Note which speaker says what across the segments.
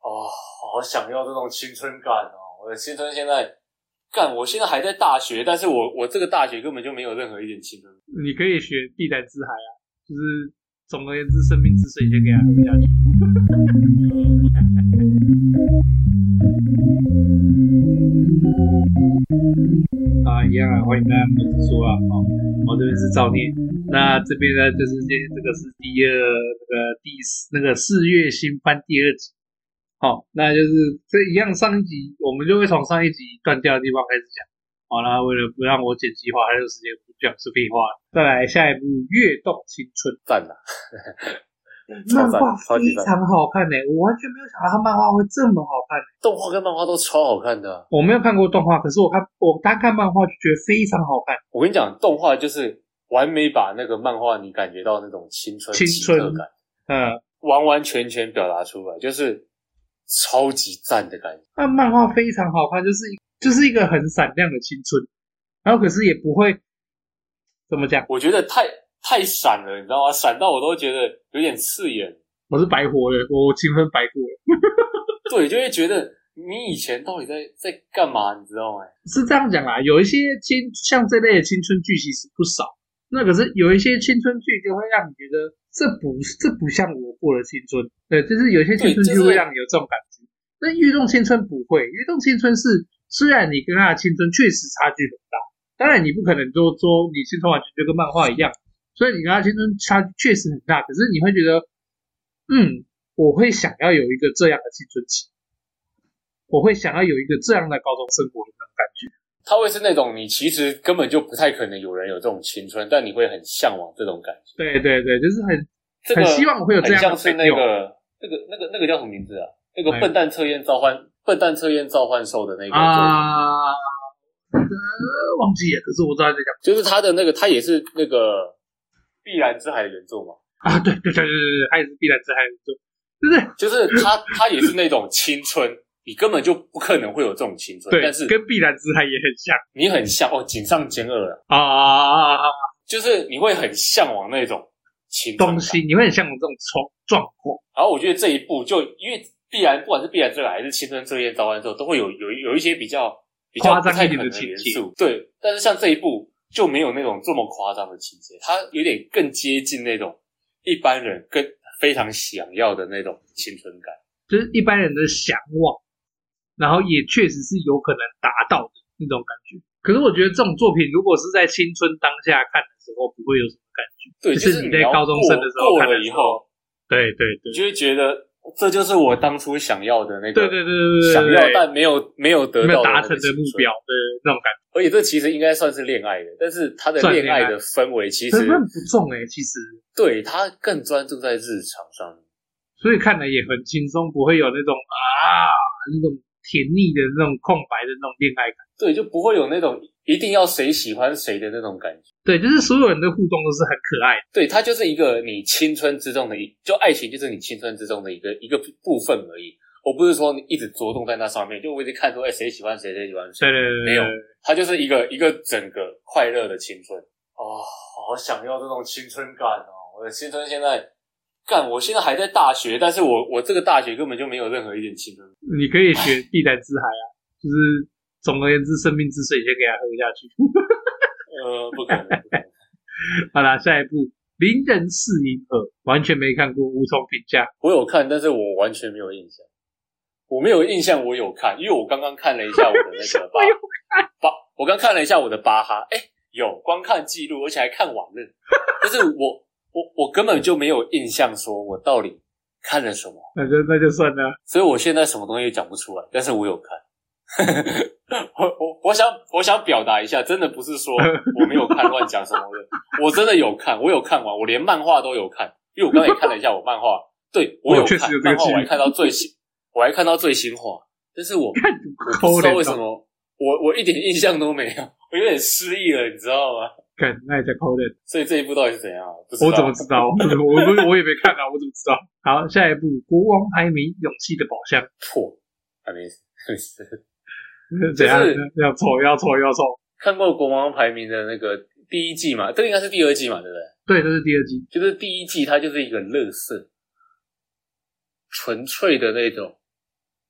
Speaker 1: 哦
Speaker 2: 好想要这种青春感哦！
Speaker 1: 我的青春现在，干，我现在还在大学，但是我我这个大学根本就没有任何一点青春。
Speaker 3: 你可以学碧蓝之海啊，就是总而言之，生命之水先给它喝下去。 啊，一样啊，欢迎大家每次说啊，哦，我这边是赵念，那这边呢就是这这个是第二那个第四那个四月新番第二集，好、那就是这一样上一集我们就会从上一集断掉的地方开始讲，好、啦，为了不让我剪辑花还有时间不讲是废话了，再来下一部《跃动青春》。
Speaker 1: 赞啦，
Speaker 3: 漫
Speaker 1: 超赞
Speaker 3: 画，
Speaker 1: 超
Speaker 3: 非
Speaker 1: 级赞！
Speaker 3: 常好看呢、我完全没有想到他漫画会这么好看、欸。
Speaker 1: 动画跟漫画都超好看的啊、
Speaker 3: 我没有看过动画，可是我看我单看漫画就觉得非常好看。
Speaker 1: 我跟你讲，动画就是完美把那个漫画你感觉到那种青春
Speaker 3: 青春
Speaker 1: 奇特感，
Speaker 3: 嗯，
Speaker 1: 完完全全表达出来，就是超级赞的感觉。
Speaker 3: 那漫画非常好看，就是一就是一个很闪亮的青春，然后可是也不会怎么讲，
Speaker 1: 我觉得太太闪了，你知道吗？闪到我都觉得有点刺眼。
Speaker 3: 我是白活了，我青春白过了，
Speaker 1: 对，就会觉得你以前到底在在干嘛，你知道吗？
Speaker 3: 是这样讲啦。有一些青像这类的青春剧其实不少，那可是有一些青春剧就会让你觉得这不这不像我过的青春，对，就是有些青春
Speaker 1: 对
Speaker 3: 剧
Speaker 1: 就是
Speaker 3: 会让你有这种感觉。那《运动青春》不会，《运动青春》是虽然你跟他的青春确实差距很大，当然你不可能说说你青春完全就跟漫画一样，所以你跟他青春差距确实很大，可是你会觉得，嗯，我会想要有一个这样的青春期，我会想要有一个这样的高中生活的那种感觉。
Speaker 1: 它会是那种你其实根本就不太可能有人有这种青春，但你会很向往这种感觉。
Speaker 3: 对对对，就是很
Speaker 1: 这个
Speaker 3: 很希望我会有这
Speaker 1: 很
Speaker 3: 样的
Speaker 1: 像是
Speaker 3: 朋
Speaker 1: 那
Speaker 3: 友
Speaker 1: 个那个那个那个叫什么名字啊？那
Speaker 3: 哎
Speaker 1: 个笨蛋测验召唤笨蛋测验召唤兽的那个作者，
Speaker 3: 啊、呃忘记了，可是我知道你在讲
Speaker 1: 就是他的那个，他也是那个碧蓝之海的原作嘛。
Speaker 3: 啊，对对对对对，他也是必然之害人，
Speaker 1: 就
Speaker 3: 就是
Speaker 1: 是他他也是那种青春，你根本就不可能会有这种青春，但是
Speaker 3: 对，跟必然之害也很像
Speaker 1: 你很向哦，井上健二啊，
Speaker 3: 啊啊啊啊，
Speaker 1: 就是你会很向往那种青春感
Speaker 3: 东西，你会很向往这种状状况。
Speaker 1: 然后我觉得这一部就因为必然不管是必然之海还是青春测验召唤兽，都会有有有一些比较比较
Speaker 3: 夸
Speaker 1: 不
Speaker 3: 张
Speaker 1: 太
Speaker 3: 一
Speaker 1: 可
Speaker 3: 点的
Speaker 1: 能的元
Speaker 3: 情节
Speaker 1: 素，对。但是像这一部就没有那种这么夸张的情节，它有点更接近那种一般人更非常想要的那种青春感。
Speaker 3: 就是一般人的向往，然后也确实是有可能达到的那种感觉。可是我觉得这种作品如果是在青春当下看的时候，不会有什么感觉。
Speaker 1: 对，
Speaker 3: 就
Speaker 1: 是
Speaker 3: 是你
Speaker 1: 你
Speaker 3: 在
Speaker 1: 要
Speaker 3: 高中生的时候
Speaker 1: 过过
Speaker 3: 看的
Speaker 1: 了以
Speaker 3: 时
Speaker 1: 后，
Speaker 3: 对对对
Speaker 1: 你就会觉得这就是我当初想要的那个，
Speaker 3: 对对对对
Speaker 1: 想
Speaker 3: 对
Speaker 1: 要
Speaker 3: 对
Speaker 1: 但没有没有得到
Speaker 3: 对，没有
Speaker 1: 那
Speaker 3: 达
Speaker 1: 个
Speaker 3: 成的
Speaker 1: 青
Speaker 3: 目
Speaker 1: 春
Speaker 3: 标，对那种感觉，
Speaker 1: 而且这其实应该算是恋爱的，但是他的
Speaker 3: 算
Speaker 1: 恋
Speaker 3: 恋
Speaker 1: 爱
Speaker 3: 爱
Speaker 1: 的氛围其实
Speaker 3: 成分不重哎、其实，
Speaker 1: 对他更专注在日常上面。
Speaker 3: 所以看的也很轻松，不会有那种啊那种甜腻的那种空白的那种恋爱感。
Speaker 1: 对，就不会有那种一定要谁喜欢谁的那种感觉。
Speaker 3: 对，就是所有人的互动都是很可爱的。
Speaker 1: 对，它就是一个你青春之中的一，就爱情就是你青春之中的一个一个部分而已。我不是说你一直着重在那上面，就我一直看出哎谁喜欢谁，谁喜欢谁
Speaker 3: 对，对对对，
Speaker 1: 没有，它就是一个一个整个快乐的青春。
Speaker 2: 哦，好想要这种青春感哦！我
Speaker 1: 我
Speaker 2: 的
Speaker 1: 的
Speaker 2: 青
Speaker 1: 青春现在，干，我现在还在大学，但是我我这个大学根本就没有任何一点青春。
Speaker 3: 你可以学碧蓝之海啊，就是总而言之，生命之水先给它喝下去。
Speaker 1: 呃，不可能，不可能
Speaker 3: 好啦，下一步《邻人是银河》，完全没看过，无从评价。
Speaker 1: 我有看，但是我完全没有印象。我没有印象，我有看，因为我刚刚看了一下我的那个巴
Speaker 3: 我有
Speaker 1: 巴，我刚看了一下我的巴哈，哎、有光看记录，而且还看完了，但是我我我根本就没有印象，说我到底看了什么，
Speaker 3: 那就那就算了，
Speaker 1: 所以我现在什么东西也讲不出来，但是我有看。 我我我想我想表达一下，真的不是说我没有看乱讲什么的，我真的有看，我有看完，我连漫画都有看，因为我刚才也看了一下我漫画，对我有
Speaker 3: 哦确
Speaker 1: 看
Speaker 3: 实有这个
Speaker 1: 漫画，我
Speaker 3: 记录
Speaker 1: 还看到最新，我还看到最新话，但是我
Speaker 3: 看
Speaker 1: 我
Speaker 3: 抠
Speaker 1: 不知道为
Speaker 3: 脸
Speaker 1: 什
Speaker 3: 到，
Speaker 1: 么我我一点印象都没有，我有点失忆了，你知道吗？
Speaker 3: 看那也叫抠脸。
Speaker 1: 所以这一部到底是怎样？啊不知道
Speaker 3: 我怎么知道？我 我我也没看啊，我怎么知道？好，下一步《国王排名：勇气的宝箱》。
Speaker 1: 破？还没事 没事。
Speaker 3: 怎样
Speaker 1: 就是？
Speaker 3: 要抽，要抽，要抽。
Speaker 1: 看过《国王排名》的那个第一季嘛？这个应该是第二季嘛，对不对？
Speaker 3: 对，这是第二集。
Speaker 1: 就是第一季它就是一个乐色，纯粹的那种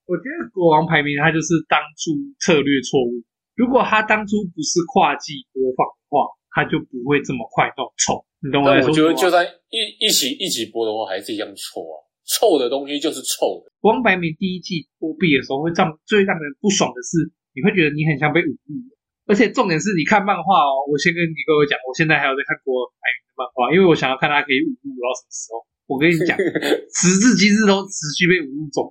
Speaker 3: 我觉得国王排名他就是当初策略错误。如果他当初不是跨季播放的话，他就不会这么快到臭。你懂我在
Speaker 1: 但
Speaker 3: 说
Speaker 1: 我
Speaker 3: 什
Speaker 1: 觉
Speaker 3: 么吗？
Speaker 1: 得就算一一起一起播的话，还是一样臭啊。臭的东西就是臭的，
Speaker 3: 国王排名第一季播毕的时候，会让最让人不爽的是，你会觉得你很像被侮辱。而且重点是你看漫画哦，我先跟你各位讲，我现在还有在看国王排名的漫画，因为我想要看他可以侮辱到什么时候。我跟你 讲，时至今日都持续被侮辱中。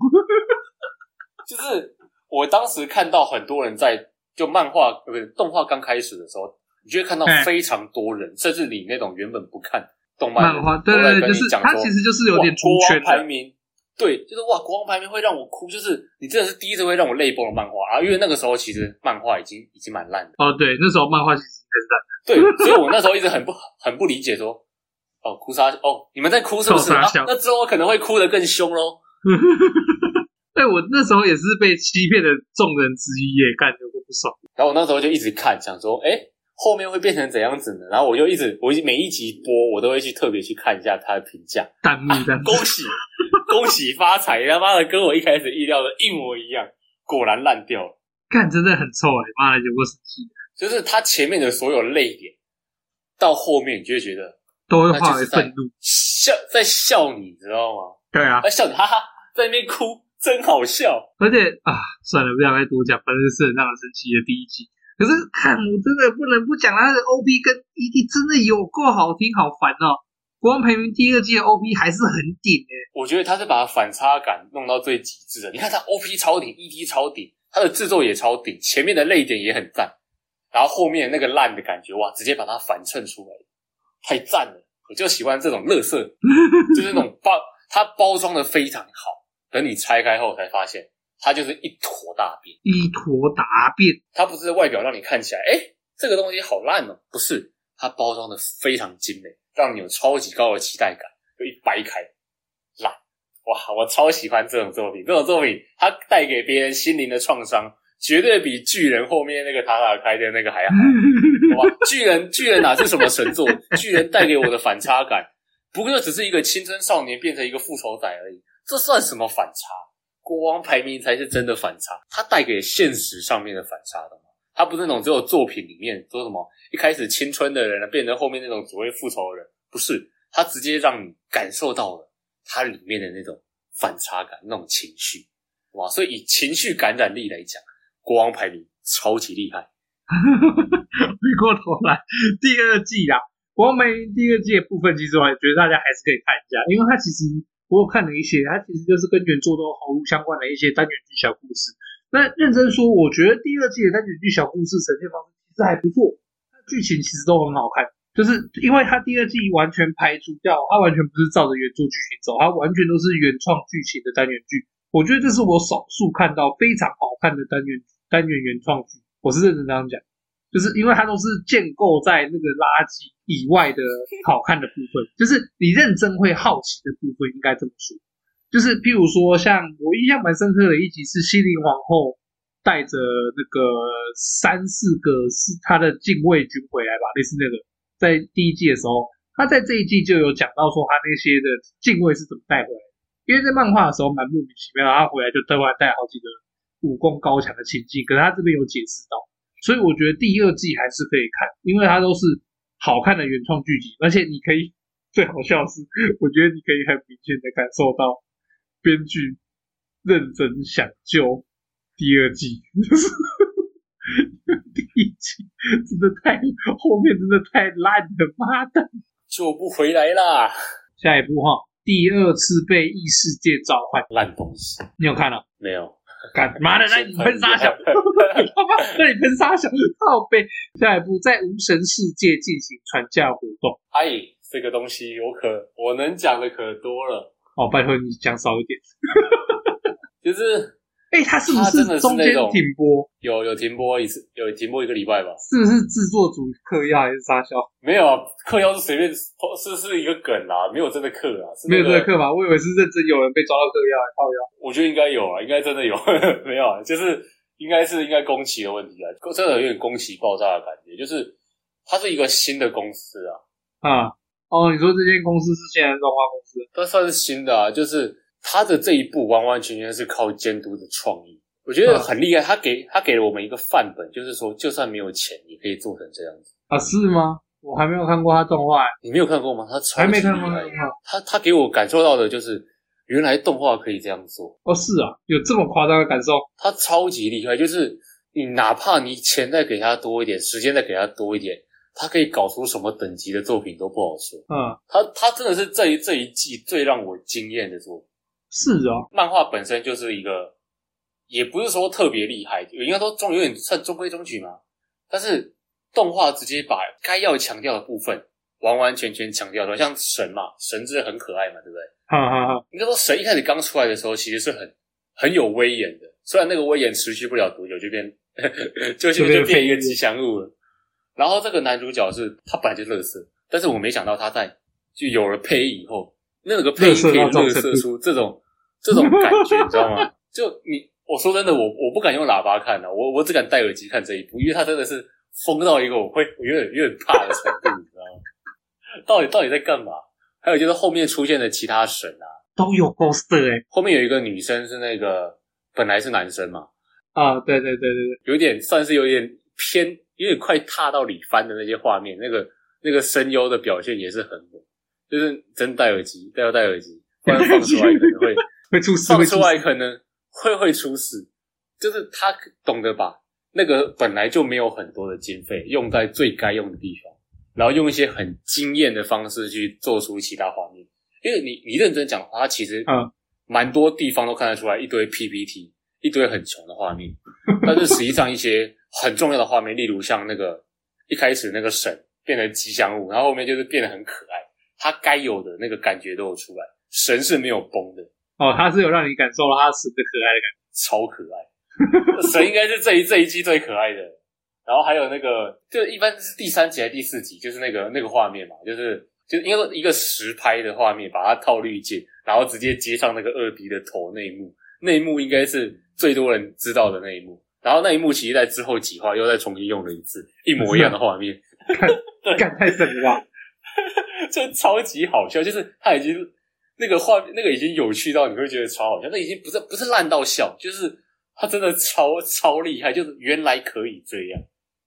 Speaker 1: 就是我当时看到很多人在就漫画呃不是动画刚开始的时候，你就会看到
Speaker 3: 哎
Speaker 1: 非常多人，甚至你那种原本不看动漫的
Speaker 3: 漫
Speaker 1: 人
Speaker 3: 画，对
Speaker 1: 都在跟
Speaker 3: 对对，
Speaker 1: 你
Speaker 3: 就是
Speaker 1: 讲
Speaker 3: 他
Speaker 1: 说
Speaker 3: 其实就是有点出
Speaker 1: 哇
Speaker 3: 圈
Speaker 1: 国王排
Speaker 3: 的。
Speaker 1: 名，对，就是哇，国王排名会让我哭，就是你真的是第一次会让我泪崩的漫画啊，因为那个时候其实漫画已经已经蛮烂的，
Speaker 3: 哦，对，那时候漫画其实很烂。
Speaker 1: 对，所以我那时候一直很不很不理解说，哦，哭啥？哦，你们在哭是 不是？
Speaker 3: 臭傻
Speaker 1: 啊
Speaker 3: 笑、
Speaker 1: 那之后我可能会哭得更凶喽。
Speaker 3: 对哎我那时候也是被欺骗的众人之一耶，干有过不爽。
Speaker 1: 然后我那时候就一直看，想说，哎，后面会变成怎样子呢？然后我就一直，我每一集播，我都会去特别去看一下他的评 价。
Speaker 3: 弹幕这样 子
Speaker 1: 恭，喜恭喜发财！他妈的，跟我一开始意料的一模一样，果然烂掉了。
Speaker 3: 干真的很臭哎，妈的有过生气，
Speaker 1: 就是他前面的所有泪点，到后面你就会觉得
Speaker 3: 都会化为愤怒。
Speaker 1: 笑在笑你，知道吗？
Speaker 3: 对啊，
Speaker 1: 他笑你，哈哈，在那边哭，真好笑。
Speaker 3: 而且啊，算了，不想再多讲，反正是很让人生气的第一集。可是看，我真的不能不讲，他的 OP 跟 ED 真的有够好听，好烦哦。国王排名第二季的 OP 还是很顶哎，
Speaker 1: 我觉得他是把反差感弄到最极致的。你看他 OP 超顶，ED 超顶，他的制作也超顶，前面的泪点也很赞，然后后面那个烂的感觉，哇，直接把它反衬出来，太赞了！我就喜欢这种乐色， 就是那种包，它包装的非常好，等你拆开后才发现，它就是一坨大便。
Speaker 3: 一坨答辩。
Speaker 1: 它不是外表让你看起来，哎、这个东西好烂哦，不是，它包装的非常精美，让你有超级高的期待感，就一掰开，烂，哇，我超喜欢这种作品，这种作品它带给别人心灵的创伤，绝对比巨人后面那个塔塔开的那个还好，哇，巨人巨人哪是什么神作， 巨人带给我的反差感，不过就只是一个青春少年变成一个复仇仔而已，这算什么反差？国王排名才是真的反差，它带给现实上面的反差的嘛。它不是那种只有作品里面说什么一开始青春的人呢变成后面那种所谓复仇的人，不是，它直接让你感受到了它里面的那种反差感、那种情绪，哇！所以以情绪感染力来讲，国王排名超级厉害。
Speaker 3: 回过头来，第二季啦，国美第二季的部分，其实我觉得大家还是可以看一下，因为它其实我有看了一些，它其实就是跟原作都毫无相关的一些单元剧小故事。那认真说，我觉得第二季的单元剧小故事呈现方式其实还不错，它剧情其实都很好看。就是因为它第二季完全排除掉，它完全不是照着原作剧情走，它完全都是原创剧情的单元剧。我觉得这是我少数看到非常好看的单元单元原创剧，我是认真这样讲。就是因为它都是建构在那个垃圾以外的好看的部分， 就是你认真会好奇的部分，应该这么说。就是譬如说，像我印象蛮深刻的一集是西陵皇后带着那个三四个是她的禁卫军回来吧，类似那个，在第一季的时候，她在这一季就有讲到说她那些的禁卫是怎么带回来的，因为在漫画的时候蛮莫名其妙的，她回来就突然带好几个武功高强的情境，可是她这边有解释到。所以我觉得第二季还是可以看，因为它都是好看的原创剧集，而且你可以 最好笑的是，我觉得你可以很明显的感受到编剧认真想救第二季， 就是第一季真的太后面真的太烂了，妈的！
Speaker 1: 救不回来啦，
Speaker 3: 下一步哈，第二次被异世界召唤，
Speaker 1: 烂东西，
Speaker 3: 你有看了、
Speaker 1: 没有，
Speaker 3: 干妈的，那你喷沙小，
Speaker 1: 真的
Speaker 3: 你他妈，那你喷沙小，靠背。下一步在无神世界进行传教活动。
Speaker 1: 哎，这个东西我可我能讲的可多了，
Speaker 3: 哦，拜托你讲少一点。
Speaker 1: 就是
Speaker 3: 哎、他是不
Speaker 1: 他真的是
Speaker 3: 中间
Speaker 1: 那种
Speaker 3: 停播？
Speaker 1: 有有停播一次，有停播一个礼拜吧。
Speaker 3: 是不是制作组嗑药还是啥小？
Speaker 1: 没有啊，嗑药是随便，是是一个梗啦，没有真的嗑啊，是
Speaker 3: 没
Speaker 1: 那
Speaker 3: 有
Speaker 1: 个
Speaker 3: 这个课吧？我以为是认真有人被抓到嗑药，靠药。
Speaker 1: 我觉得应该有啊，应该真的有， 没有啊，就是应该是应该宫崎的问题啊，真的有点宫崎爆炸的感觉，就是它是一个新的公司啊，
Speaker 3: 啊、哦，你说这间公司是现在动画公司？
Speaker 1: 它算是新的啊，就是他的这一部完完全全是靠监督的创意，我
Speaker 3: 嗯
Speaker 1: 觉得很厉害。他给他给了我们一个范本，就是说，就算没有钱，也可以做成这样子。
Speaker 3: 啊，是吗？我还没有看过他动画，欸
Speaker 1: 你没有看过吗？他超
Speaker 3: 还没
Speaker 1: 级
Speaker 3: 看过
Speaker 1: 厉
Speaker 3: 他
Speaker 1: 害
Speaker 3: 动画。
Speaker 1: 他他给我感受到的就是，原来动画可以这样做，
Speaker 3: 哦，是啊，有这么夸张的感受？
Speaker 1: 他超级厉害。就是你哪怕你钱再给他多一点，时间再给他多一点，他可以搞出什么等级的作品都不好说。
Speaker 3: 嗯，
Speaker 1: 他他真的是这一这一季最让我惊艳的作品。
Speaker 3: 是哦，
Speaker 1: 漫画本身就是一个，也不是说特别厉害，应该说中有点算中规中矩嘛。但是动画直接把该要强调的部分完完全全强调出来，像神嘛，神真的很可爱嘛，对不对？
Speaker 3: 哈哈哈，
Speaker 1: 应该说神一开始刚出来的时候，其实是很很有威严的，虽然那个威严持续不了多久，就变 就就
Speaker 3: 就变
Speaker 1: 就变一个吉祥物了。然后这个男主角是他本来就乐色，但是我没想到他在就有了配音以后，那个配音可以乐色出这种这种感觉，你知道吗？就你我说真的，我我不敢用喇叭看的、我我只敢戴耳机看这一部，因为他真的是疯到一个我会我有点有点怕的程度，你知道吗？ 到底到底在干嘛？还有就是后面出现的其他神啊，
Speaker 3: 都有 Ghost 哎、
Speaker 1: 后面有一个女生是那个本来是男生嘛，
Speaker 3: 啊，对对对对对，
Speaker 1: 有点算是有点偏，有点快踏到李帆的那些画面，那个那个声优的表现也是很猛，就是真戴耳机，戴要戴耳机，不然放出来可能会
Speaker 3: 会出事
Speaker 1: 放
Speaker 3: 会出
Speaker 1: 出
Speaker 3: 事，
Speaker 1: 来可能会会出事，就是他懂得把那个本来就没有很多的经费用在最该用的地方，然后用一些很惊艳的方式去做出其他画面。因为你你认真讲的话，它其实
Speaker 3: 嗯
Speaker 1: 蛮多地方都看得出来一堆 PPT，一堆很穷的画面，但是实际上一些很重要的画面，例如像那个一开始那个神变得吉祥物，然后后面就是变得很可爱，它该有的那个感觉都有出来，神是没有崩的。
Speaker 3: 哦，他是有让你感受到他死的可爱的感
Speaker 1: 超可爱， 神应该是这一这一季最可爱的。然后还有那个，就一般是第三集还是第四集，就是那个那个画面嘛，就是就应该说一个实拍的画面，把它套滤镜，然后直接接上那个二 D 的头那一幕，那一幕应该是最多人知道的那一幕。然后那一幕其实在之后几话又再重新用了一次，一模一样的画面，
Speaker 3: 觉，干太神了吧？
Speaker 1: 就超级好笑。就是他已经那个画那个已经有趣到你会觉得超好笑，那已经不是不是烂到笑，就是他真的超超厉害，就是原来可以这样，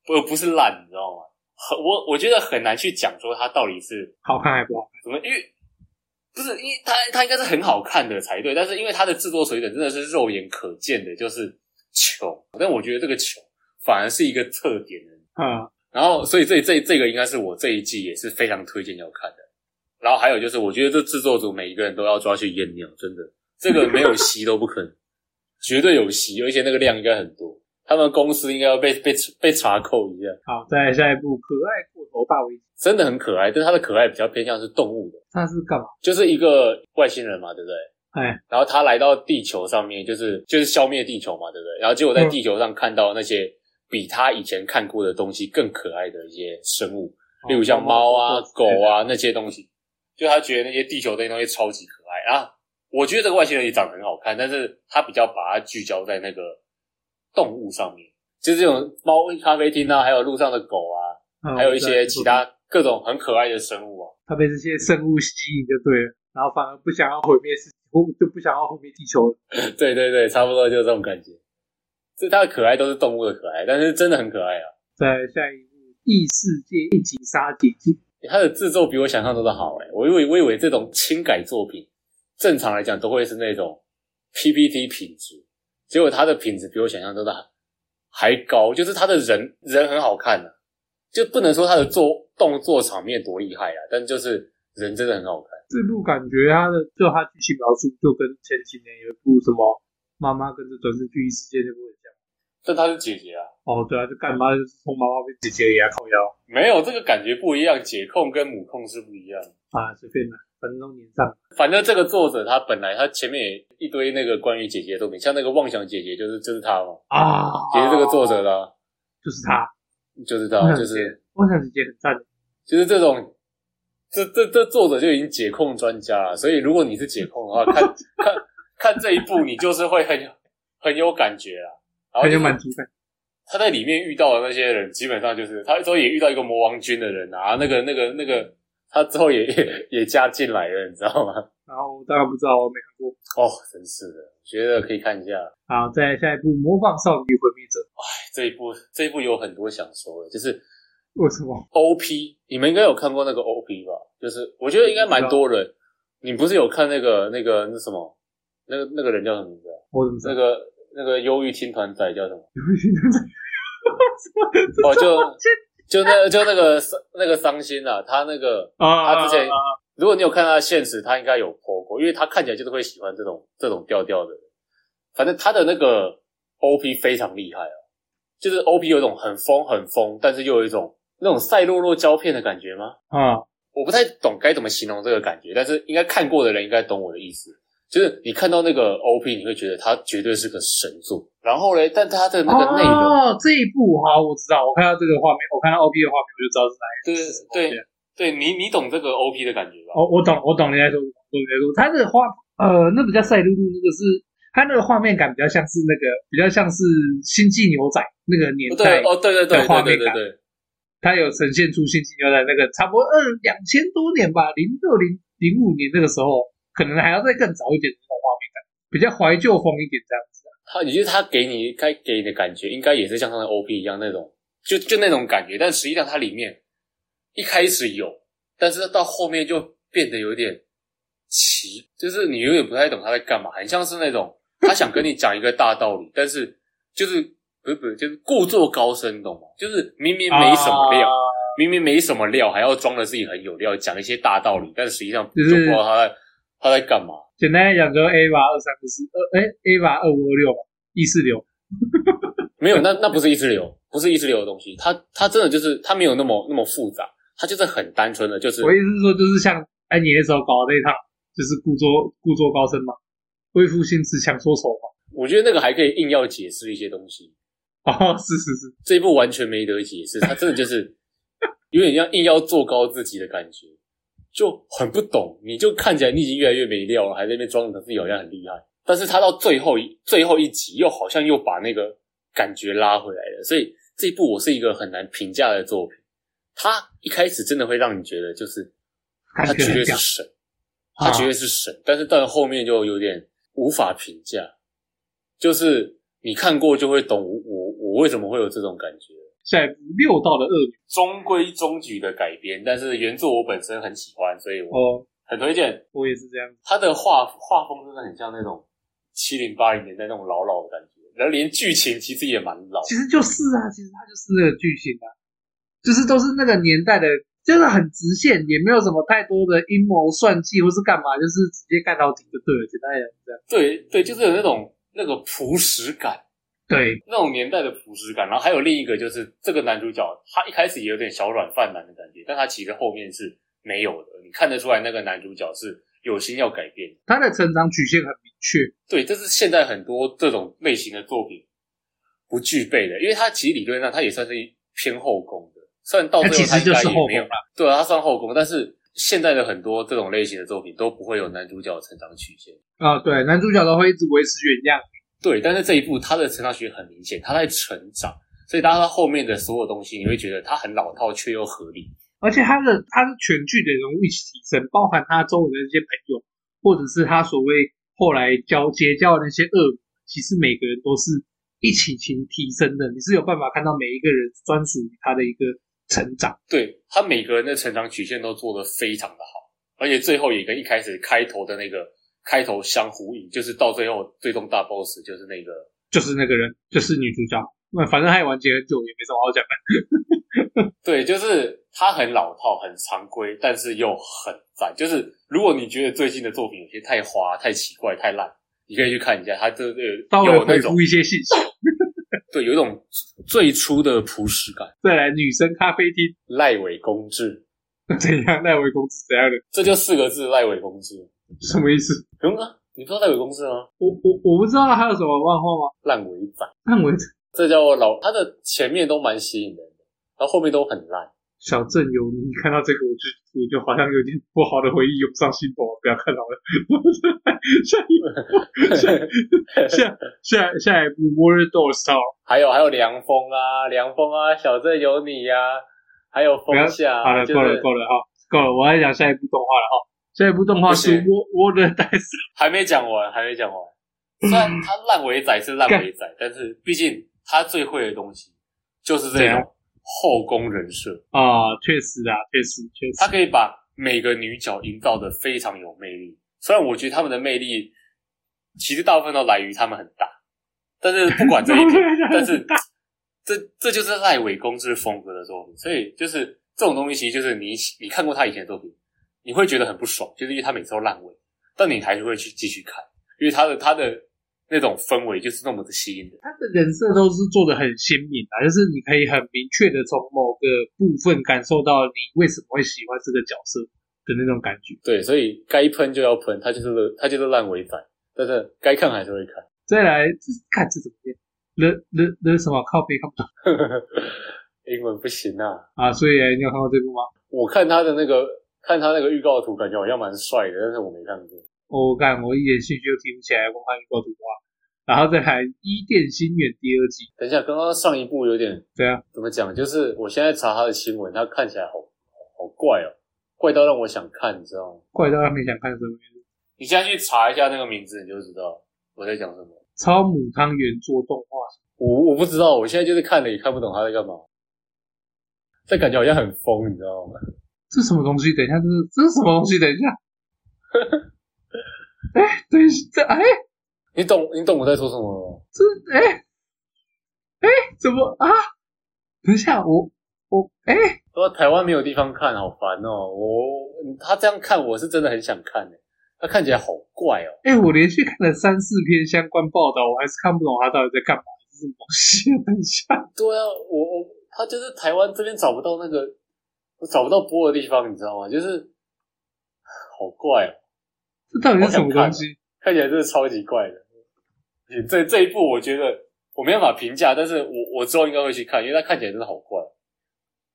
Speaker 1: 不不是烂，你知道吗？很我我觉得很难去讲说他到底是
Speaker 3: 好看还不好？
Speaker 1: 怎么，因为不是因为他他应该是很好看的才对，但是因为他的制作水准真的是肉眼可见的，就是穷，但我觉得这个穷反而是一个特点的
Speaker 3: 嗯，
Speaker 1: 然后，所以这这这个应该是我这一季也是非常推荐要看的。然后还有就是，我觉得这制作组每一个人都要抓去验尿，真的，这个没有吸都不可能，绝对有吸，而且那个量应该很多。他们公司应该要被被被查扣一下，
Speaker 3: 好，再来下一部《可爱过头大危机》，
Speaker 1: 真的很可爱，但是它的可爱比较偏向是动物的，
Speaker 3: 他是干嘛？
Speaker 1: 就是一个外星人嘛，对不对？
Speaker 3: 哎，
Speaker 1: 然后他来到地球上面，就是就是消灭地球嘛，对不对？然后结果在
Speaker 3: 嗯
Speaker 1: 地球上看到那些比他以前看过的东西更可爱的一些生物，例
Speaker 3: 哦
Speaker 1: 如像猫啊、狗啊那些东西，就他觉得那些地球这些东西超级可爱啊。我觉得这个外星人也长得很好看，但是他比较把它聚焦在那个动物上面，就是这种猫咖啡厅啊，还有路上的狗啊，
Speaker 3: 嗯，
Speaker 1: 还有一
Speaker 3: 我知道
Speaker 1: 些其，他各种很可爱的生物啊。
Speaker 3: 他被这些生物吸引就对了，然后反而不想要毁灭世界，或就不想要毁灭地球了。
Speaker 1: 对对对，差不多就这种感觉。这它的可爱都是动物的可爱，但是真的很可爱啊！
Speaker 3: 再来下一部《异世界一级杀姐姐》，
Speaker 1: 它的制作比我想象中的好哎、我以为我以为这种轻改作品，正常来讲都会是那种 PPT 品质，结果它的品质比我想象中的还还高，就是它的人人很好看呢、啊就不能说它的做动作场面多厉害啊，但就是人真的很好看。
Speaker 3: 这部感觉它的就它剧情描述就跟前几年有一部什么《妈妈跟着转身去异世界》那部很像。
Speaker 1: 但她是姐姐啊，
Speaker 3: 哦，对啊，就干嘛就是从妈妈变姐姐也要靠腰
Speaker 1: 没有这个感觉不一样，姐控跟母控是不一样的。
Speaker 3: 啊，随便啦，反正都黏上。
Speaker 1: 反正这个作者他本来他前面也一堆那个关于姐姐的作品，像那个妄想姐姐就是就是他嘛，
Speaker 3: 啊，
Speaker 1: 也是这个作者啦、
Speaker 3: 就是他，
Speaker 1: 就是他
Speaker 3: 妄，想
Speaker 1: 就
Speaker 3: 姐姐
Speaker 1: 是
Speaker 3: 我想姐姐很赞，
Speaker 1: 就是这种，这这这作者就已经解控专家了，所以如果你是解控的 话，看看看这一部，你就是会很有很有感觉啦。然后
Speaker 3: 很
Speaker 1: 就
Speaker 3: 有
Speaker 1: 是
Speaker 3: 满足感。
Speaker 1: 他在里面遇到的那些人，基本上就是他之后也遇到一个魔王军的人啊，那个那个那个，他之后也也加进来了，你知道吗？
Speaker 3: 然后当然不知道，我没看过。
Speaker 1: 哦，真是的，我觉得可以看一下。
Speaker 3: 好，再来下一部《模仿少女毁灭者》，
Speaker 1: 这一部这一部有很多想说的，就是
Speaker 3: 为什么？
Speaker 1: OP，你们应该有看过那个 OP 吧？就是我觉得应该蛮多人。你不是有看那个那个那什么，那个那个人叫什么名字啊？
Speaker 3: 我怎么知
Speaker 1: 那？
Speaker 3: 道
Speaker 1: 个那个忧郁青团仔叫什么？
Speaker 3: 哦
Speaker 1: 哦，就就那就那个伤那个伤心啊，他那个
Speaker 3: 啊，
Speaker 1: 他之前
Speaker 3: 啊
Speaker 1: 如果你有看他的现实，他应该有 po 过，因为他看起来就是会喜欢这种这种调调的人。反正他的那个 OP 非常厉害啊，就是 OP 有一种很疯很疯，但是又有一种那种赛洛洛胶片的感觉吗？
Speaker 3: 啊，
Speaker 1: 我不太懂该怎么形容这个感觉，但是应该看过的人应该懂我的意思。就是你看到那个 OP，你会觉得他绝对是个神作。然后嘞，但他的那个内容，
Speaker 3: 哦，这一部好，我知道，我看到这个画面，我看到 OP 的画面，我就知道是哪一
Speaker 1: 对
Speaker 3: 部。
Speaker 1: 对对，你你懂这个 OP 的感觉吧？
Speaker 3: 哦我我懂，我懂你在说，我懂你在说，他的画，呃，那比较赛璐璐，那个是他那个画面感比较像是那个，比较像是《星际牛仔》那个年
Speaker 1: 对
Speaker 3: 代，
Speaker 1: 哦，对对对
Speaker 3: 的画
Speaker 1: 对
Speaker 3: 面
Speaker 1: 对
Speaker 3: 感
Speaker 1: 对对，
Speaker 3: 他有呈现出《星际牛仔》那个差不多二两千多年吧，零六零零五年那个时候，可能还要再更早一点的那种画面感，比较怀旧风一点这样子。
Speaker 1: 他也就是他给你该给你的感觉，应该也是像他的 OP 一样那种，就就那种感觉。但实际上它里面一开始有，但是到后面就变得有点奇，就是你有点不太懂他在干嘛，很像是那种 他想跟你讲一个大道理，但是就是不是不是就是故作高深，懂吗？就是明明没什么料，
Speaker 3: 啊
Speaker 1: 明明没什么料，还要装的自己很有料，讲一些大道理，但实际上就
Speaker 3: 就是
Speaker 1: 不知道他在他在干嘛。
Speaker 3: 简单来讲，就 A 吧，二三不四二，哎，A 吧，二五二六嘛，意识流。
Speaker 1: 没有，那那不是意识流，不是意识流的东西。它它真的就是它没有那么那么复杂，它就是很单纯的，就是
Speaker 3: 我意思是说，就是像安妮那时候搞的那一套，就是故作故作高深嘛，为赋新词强说愁嘛。
Speaker 1: 我觉得那个还可以硬要解释一些东西。
Speaker 3: 哦，是是是，
Speaker 1: 这一部完全没得解释，它真的就是有点像硬要做高自己的感觉，就很不懂。你就看起来你已经越来越没料了，还在那边装着自己好像很厉害。但是他到最后一最后一集，又好像又把那个感觉拉回来了。所以这一部我是一个很难评价的作品。它一开始真的会让你觉得就是
Speaker 3: 感
Speaker 1: 他
Speaker 3: 觉
Speaker 1: 绝
Speaker 3: 很
Speaker 1: 对
Speaker 3: 像
Speaker 1: 是神，他绝对是神，但是到后面就有点无法评价，就是你看过就会懂我我我为什么会有这种感觉，
Speaker 3: 下一部六道的恶女
Speaker 1: 中规中矩的改编，但是原作我本身很喜欢，所以我
Speaker 3: 哦，
Speaker 1: 很推荐。
Speaker 3: 我也是这样子。
Speaker 1: 他的画画风真的很像那种七零八零年代那种老老的感觉，然后连剧情其实也蛮老，
Speaker 3: 其实就是啊，其实它就是那个剧情啊，就是都是那个年代的，就是很直线，也没有什么太多的阴谋算计或是干嘛，就是直接干到底就对了。简单来讲是这样。
Speaker 1: 对对，就是有那种那个朴实感。
Speaker 3: 对，
Speaker 1: 那种年代的朴实感。然后还有另一个就是这个男主角，他一开始也有点小软饭男的感觉，但他其实后面是没有的。你看得出来，那个男主角是有心要改变的。
Speaker 3: 它的成长曲线很明确，
Speaker 1: 对，这是现在很多这种类型的作品不具备的，因为他其实理论上他也算是偏后宫的，虽然到最
Speaker 3: 它
Speaker 1: 后
Speaker 3: 其实
Speaker 1: 他应
Speaker 3: 就
Speaker 1: 该
Speaker 3: 是
Speaker 1: 也
Speaker 3: 后
Speaker 1: 没
Speaker 3: 宫
Speaker 1: 有
Speaker 3: 啦。
Speaker 1: 对啊，他算后宫，但是现在的很多这种类型的作品都不会有男主角的成长曲线。
Speaker 3: 啊，对，男主角都会一直维持原样。
Speaker 1: 对，但是这一部他的成长曲很明显，他在成长，所以当他后面的所有东西，你会觉得他很老套却又合理。
Speaker 3: 而且他的他是全剧的人物一起提升，包含他周围的那些朋友，或者是他所谓后来交结交的那些恶魔，其实每个人都是一起提提升的。你是有办法看到每一个人专属于他的一个成长。
Speaker 1: 对他每个人的成长曲线都做得非常的好，而且最后也跟一开始开头的那个开头相呼应，就是到最后最终大 boss 就是那个
Speaker 3: 就是那个人，就是女主角。那反正他也完结很久，也没什么好讲的。
Speaker 1: 对，就是他很老套、很常规，但是又很赞。就是如果你觉得最近的作品有些太花、太奇怪、太烂，你可以去看一下，他这
Speaker 3: 稍
Speaker 1: 有
Speaker 3: 微
Speaker 1: 有那
Speaker 3: 回
Speaker 1: 种
Speaker 3: 复一些信息。
Speaker 1: 对有一种最初的朴实感。
Speaker 3: 再来，女生咖啡厅
Speaker 1: 赖伟公治，
Speaker 3: 怎样？赖维公子怎样的？
Speaker 1: 这就四个字赖伟公治。
Speaker 3: 什么意思？
Speaker 1: 有吗？你不知道赖伟公治吗？
Speaker 3: 我我我不知道还有什么漫画吗？
Speaker 1: 烂尾仔，
Speaker 3: 烂尾
Speaker 1: 这叫我老他的前面都蛮吸引人的，然后后面都很烂。
Speaker 3: 小镇有你看到这个，我就我就好像有点不好的回忆涌上心头，不要看好了。下 一下下下一部《War Door Star》，
Speaker 1: 还有还有凉风啊，凉风啊，小镇有你呀、啊，还有风
Speaker 3: 不要
Speaker 1: 下
Speaker 3: 好
Speaker 1: 啊，
Speaker 3: 了，
Speaker 1: 就是
Speaker 3: 够了够了哈，够了，我要讲下一部动画了哈。下一部动画是
Speaker 1: 不
Speaker 3: 《
Speaker 1: 行
Speaker 3: War War 的代赛》，
Speaker 1: 还没讲完，还没讲完。虽然他烂尾仔是烂尾仔，但是毕竟他最会的东西就是这
Speaker 3: 怎样
Speaker 1: 种后宫人设，
Speaker 3: 啊，确实啊，确实确
Speaker 1: 他
Speaker 3: 实，
Speaker 1: 可以把每个女角营造的非常有魅力。虽然我觉得他们的魅力其实大部分都来于他们很大，但是不管这一 点，但是这这就是赖伟公之风格的作品，所以就是这种东西，其实就是你你看过他以前的作品，你会觉得很不爽，就是因为他每次都烂尾，但你还是会去继续看，因为他的他的那种氛围就是那么的吸引人。
Speaker 3: 他的人设都是做的很鲜明啊，就是你可以很明确的从某个部分感受到你为什么会喜欢这个角色的那种感觉。
Speaker 1: 对，所以该喷就要喷，他就是他就是烂尾仔，但是该看还是会看。
Speaker 3: 再来，这看这怎么念？了了了什么靠背看不懂
Speaker 1: 英文不行啊，
Speaker 3: 啊？所以你有看过这部吗？
Speaker 1: 我看他的那个看他那个预告图，感觉好像蛮帅的，但是我没看过。
Speaker 3: 我哦干，我一点兴趣都提不起来，我看预告图画。啊然后再来《伊甸新园》第二季，
Speaker 1: 等一下，刚刚上一部有点
Speaker 3: 对啊，
Speaker 1: 怎么讲？就是我现在查他的新闻，他看起来好好怪哦，怪到让我想看，你知道吗？
Speaker 3: 怪到他们想看什么？
Speaker 1: 你现在去查一下那个名字，你就知道我在讲什么。
Speaker 3: 超母汤圆做动画，
Speaker 1: 我我不知道，我现在就是看了也看不懂他在干嘛，这感觉好像很疯，你知道吗？
Speaker 3: 这什么东西？等一下，这是这是什么东西？等一下，哎，等一下，哎，
Speaker 1: 你懂你懂我在说什么吗？
Speaker 3: 这哎哎怎么啊？等一下，我我哎，
Speaker 1: 说台湾没有地方看，好烦哦！我他这样看，我是真的很想看诶，他看起来好怪哦。
Speaker 3: 哎、我连续看了三四篇相关报道，我还是看不懂他到底在干嘛，这是什么东西？等一下，
Speaker 1: 对啊，我我他就是台湾这边找不到那个，我找不到播的地方，你知道吗？就是好怪哦，
Speaker 3: 这到底是什么东西？
Speaker 1: 看起来真的超级怪的。而且这这一部我觉得我没办法评价，但是我我之后应该会去看，因为它看起来真的好怪，好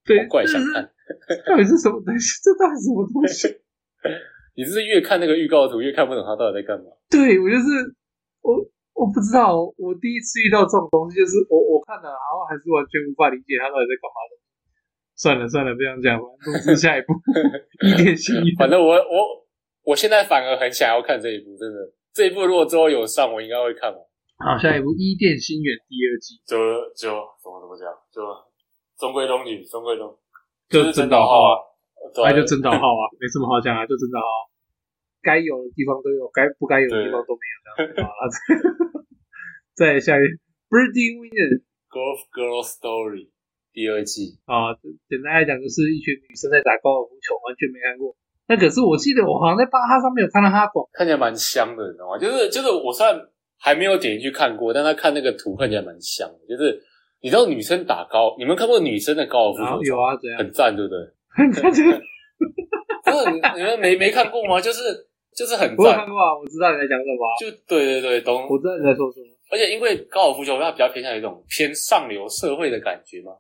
Speaker 3: 对，
Speaker 1: 怪
Speaker 3: 这
Speaker 1: 想
Speaker 3: 是
Speaker 1: 看。
Speaker 3: 到底是什么东西？这到底是什么东西？
Speaker 1: 你是越看那个预告图，越看不懂他到底在干嘛。
Speaker 3: 对我就是我，我不知道，我第一次遇到这种东西，就是我我看了，然后还是完全无法理解他到底在干嘛的。算了算了，不想讲了，总之下 一步一点心意。
Speaker 1: 反正我我我现在反而很想要看这一部，真的。这一部如果之后有上，我应该会看完。
Speaker 3: 好，下一部《伊甸新园》第二季，
Speaker 1: 就就怎么怎么讲，就中规中矩，中规中
Speaker 3: 就是真岛浩啊，
Speaker 1: 对啊，
Speaker 3: 那就真岛号啊，没什么好讲啊，就真岛号，该有的地方都有，该不该有的地方都没有，这样子好了。 再下一 Birdie Winner
Speaker 1: Golf Girl Story 第二季，
Speaker 3: 啊，简单来讲就是一群女生在打高尔夫球，完全没看过。那可是我记得我好像在巴哈上面有看到他广，
Speaker 1: 看起来蛮香的，你知道吗？就是就是我虽然还没有点进去看过，但他看那个图看起来蛮香的，就是你知道女生打高，你们看过女生的高尔夫
Speaker 3: 然后
Speaker 1: 球
Speaker 3: 有啊怎样？
Speaker 1: 很赞，对不对？
Speaker 3: 看这个
Speaker 1: 不是你你们没没看过吗？就是就是很
Speaker 3: 我有
Speaker 1: 赞
Speaker 3: 看，过啊，我知道你在讲什么啊，
Speaker 1: 就对对对，懂
Speaker 3: 我知道你在说什么。
Speaker 1: 而且因为高尔夫球它比较偏向一种偏上流社会的感觉嘛，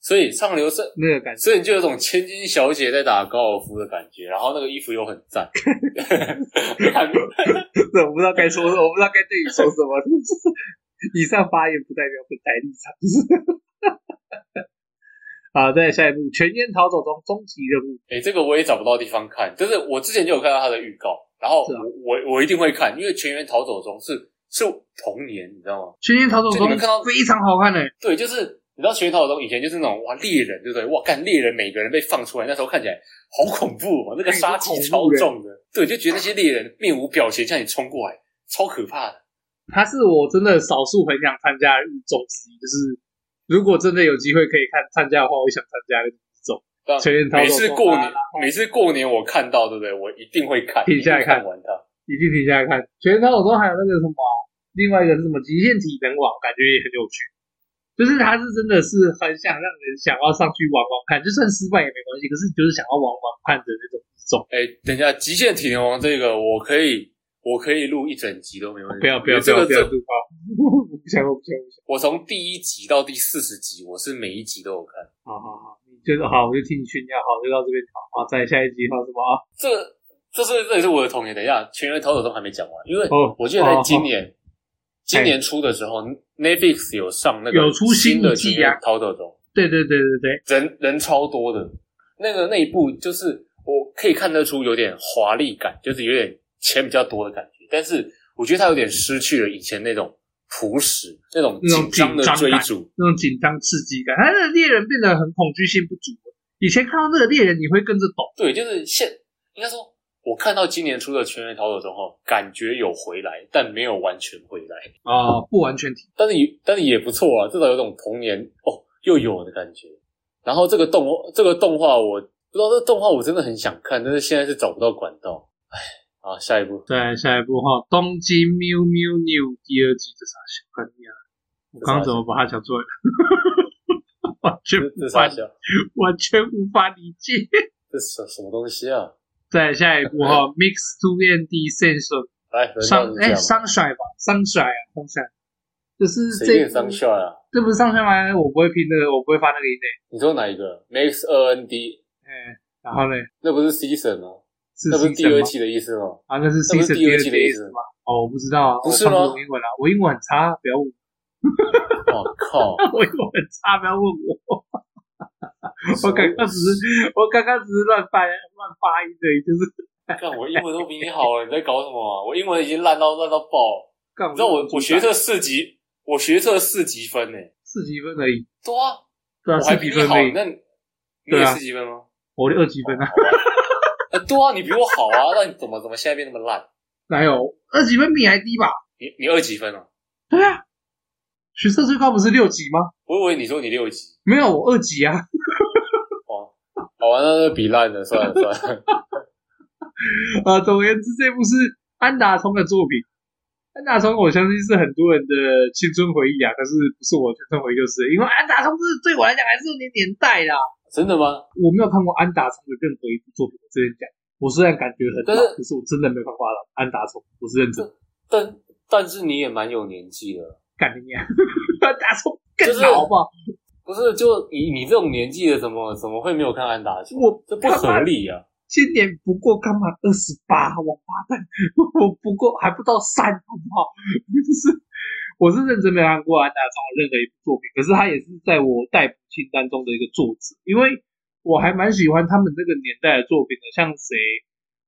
Speaker 1: 所以上流社
Speaker 3: 那个感觉，
Speaker 1: 所以你就有种千金小姐在打高尔夫的感觉，然后那个衣服又很赞， 看
Speaker 3: 我不知道该说什么，我不知道该对你说什么。就是 以上发言不代表本台立场。就是 好，再来下一步，全员逃走中终极任务。
Speaker 1: 哎、这个我也找不到地方看，但是我之前就有看到他的预告，然后
Speaker 3: 是啊
Speaker 1: 我、我我一定会看，因为《全员逃走中是》是童年，你知道吗？
Speaker 3: 全员逃走
Speaker 1: 就
Speaker 3: 中
Speaker 1: 你们看到
Speaker 3: 非常好看诶、
Speaker 1: 对，就是你知道《全员逃走中》以前就是那种哇猎人，对不对？哇干猎人，每个人被放出来，那时候看起来好恐怖哦，
Speaker 3: 哎
Speaker 1: 那个杀气超
Speaker 3: 欸
Speaker 1: 重的，对，就觉得那些猎人面无表情向你冲过来，超可怕的。
Speaker 3: 它是我真的少数很想参加的日综之一，就是如果真的有机会可以看参加的话，我也想参加的日综。
Speaker 1: 但
Speaker 3: 全员逃
Speaker 1: 每
Speaker 3: 走中
Speaker 1: 次过
Speaker 3: 啊
Speaker 1: 年，每次过年我看到，对不对？我一定会看，
Speaker 3: 停下
Speaker 1: 一
Speaker 3: 来
Speaker 1: 定
Speaker 3: 看
Speaker 1: 看完它。
Speaker 3: 一定停下来看。全员逃走中还有那个什么啊，另外一个是什么极限体能网，感觉也很有趣。就是它是真的是很想让人想要上去玩玩看，就算失败也没关系，可是你就是想要玩玩看的那种日综。
Speaker 1: 哎，等一下，《极限体能王》这个我可以，我可以录一整集都没问题。
Speaker 3: 不要不要不
Speaker 1: 这
Speaker 3: 要
Speaker 1: 个
Speaker 3: 不要
Speaker 1: 这，
Speaker 3: 录吧！我 不想我不想我不想。
Speaker 1: 我从第一集到第四十集，我是每一集都有看。
Speaker 3: 好好好，你就是好，我就听你炫耀，好，就到这边好，好，再下一集好什么啊？
Speaker 1: 这这是这也是我的童年。等一下，《全员逃走》都还没讲完，因为
Speaker 3: 哦
Speaker 1: 我记得在今年、今年初的时候，Netflix 有上那个
Speaker 3: 有出新
Speaker 1: 新的
Speaker 3: 一
Speaker 1: 《全
Speaker 3: 季啊
Speaker 1: 员逃走中
Speaker 3: 对对对对对，》，
Speaker 1: 人人超多的。那个那一部就是我我可以看得出有点华丽感，就是有点钱比较多的感觉，但是我觉得它有点失去了以前那种朴实、那种
Speaker 3: 那种
Speaker 1: 紧张的
Speaker 3: 紧张
Speaker 1: 追
Speaker 3: 感
Speaker 1: 逐。
Speaker 3: 那种紧张刺激感。他的猎人变得很恐惧心不足了。以前看到这个猎人，你会跟着抖，
Speaker 1: 对，就是现应该说，我看到今年出的《全员逃走》中后，感觉有回来，但没有完全回来，
Speaker 3: 啊，不完全体
Speaker 1: 但是也但是也不错啊，至少有种童年哦又有的感觉。哦然后这个动这个动画我，不知道这动画我真的很想看，但是现在是找不到管道。哎唉，好，下一步
Speaker 3: 对，下一步哈，《东京 Miu Miu New》第二季这啥小干呀？我刚刚怎么把它讲错了？ 完全
Speaker 1: 这
Speaker 3: 无
Speaker 1: 这
Speaker 3: 法
Speaker 1: 啥，小
Speaker 3: 完全无法理解。
Speaker 1: 这什什么东西啊？
Speaker 3: 再下一步 哈，《Mix to N D Sense
Speaker 1: 来，轮》到
Speaker 3: 上
Speaker 1: 你
Speaker 3: 哎
Speaker 1: 讲吧。
Speaker 3: Sunshine 吧，Sunshine 啊，Sunshine，就是
Speaker 1: 谁
Speaker 3: 这
Speaker 1: 念
Speaker 3: 部
Speaker 1: 上校啊？
Speaker 3: 这不是 Sunshine 吗？我不会拼那个，我不会发那个音诶。
Speaker 1: 你说哪一个？Max 二 N D，
Speaker 3: 哎，然后呢，
Speaker 1: 那不是 season 吗？
Speaker 3: 是
Speaker 1: 那不是第
Speaker 3: season
Speaker 1: 二
Speaker 3: 吗
Speaker 1: 季的意思吗？
Speaker 3: 啊，那是
Speaker 1: 那不
Speaker 3: season
Speaker 1: 是第二季
Speaker 3: 季
Speaker 1: 的意
Speaker 3: 意
Speaker 1: 思
Speaker 3: 吗？哦，我不知道啊，
Speaker 1: 不是
Speaker 3: 我看
Speaker 1: 吗
Speaker 3: 懂英文啊，我英 文很差，不要问
Speaker 1: 我哦靠！
Speaker 3: 我，我英文很差，不要问我。 我刚刚只是，我刚刚只是乱发乱发音而已，就是。
Speaker 1: 看我英文都比你好了，你在搞什么啊？我英文已经烂到烂到爆了。
Speaker 3: 干
Speaker 1: 你知道我我学
Speaker 3: 这
Speaker 1: 测四级，我学测四级分呢、
Speaker 3: 四级分而已，
Speaker 1: 对啊，
Speaker 3: 对啊，
Speaker 1: 我还
Speaker 3: 四
Speaker 1: 比
Speaker 3: 级
Speaker 1: 你
Speaker 3: 分
Speaker 1: 好
Speaker 3: 而已，，
Speaker 1: 那你你
Speaker 3: 对
Speaker 1: 也
Speaker 3: 啊
Speaker 1: 四级分吗？
Speaker 3: 我六二级分啊，
Speaker 1: 呃对啊，你比我好啊，那你怎么怎么现在变那么烂？
Speaker 3: 哪有二级分比你还低吧？
Speaker 1: 你你二级分啊？
Speaker 3: 对啊，学测最高不是六级吗？
Speaker 1: 我以为你说你六级。
Speaker 3: 没有，我二级啊。
Speaker 1: 哦，好啊，那就比烂了，算了算了。
Speaker 3: 呃，总而言之，这部是安达充的作品。安达充，我相信是很多人的青春回忆啊，可是不是我的青春回忆，就是因为安达充是对我来讲还是有点年代啦。
Speaker 1: 真的吗？
Speaker 3: 我没有看过安达充的任何一部作品，我这边讲，我虽然感觉很
Speaker 1: 但是
Speaker 3: 老，可是我真的没有看过安达充，我是认真的。
Speaker 1: 但但是你也蛮有年纪的，
Speaker 3: 干你娘！ 安达充更
Speaker 1: 就是
Speaker 3: 老好不好？
Speaker 1: 不是？就你你这种年纪的，怎么怎么会没有看安达充？
Speaker 3: 我
Speaker 1: 这不
Speaker 3: 他
Speaker 1: 合
Speaker 3: 妈
Speaker 1: 理啊！
Speaker 3: 今年不过刚满二十八，王八蛋， 我不过还不到三，好不好？ 就是我是认真没看过安达充任何一部作品，可是他也是在我逮捕清单中的一个作者，因为我还蛮喜欢他们那个年代的作品的，像谁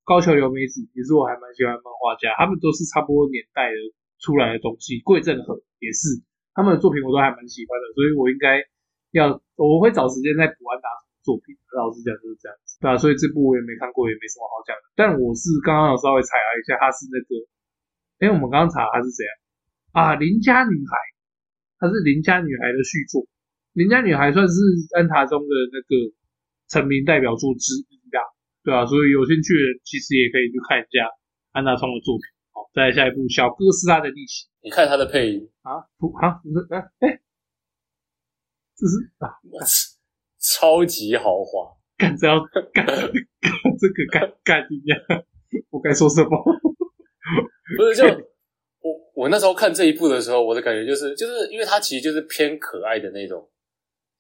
Speaker 3: 高桥留美子也是我还蛮喜欢的漫画家，他们都是差不多年代的出来的东西，桂正和也是他们的作品我都还蛮喜欢的，所以我应该要我会找时间再补安达充的作品，老实讲就是这样。对啊，所以这部我也没看过，也没什么好讲的。但我是刚刚有稍微查了一下，他是那个，哎、我们刚刚查他是谁啊？啊，邻家女孩，他是邻家女孩的续作。邻家女孩算是安塔中的那个成名代表作之一啦，对啊，所以有兴趣的人其实也可以去看一下安达充的作品。好，再来下一部《小哥斯拉的逆袭》
Speaker 1: 你看他的配音，
Speaker 3: 啊，不啊，不是，哎、啊诶这是啊，
Speaker 1: 超级豪华。
Speaker 3: 干这要干干这个干干一样，我该说什么？
Speaker 1: 不是就我我那时候看这一部的时候，我的感觉就是，就是因为它其实就是偏可爱的那种，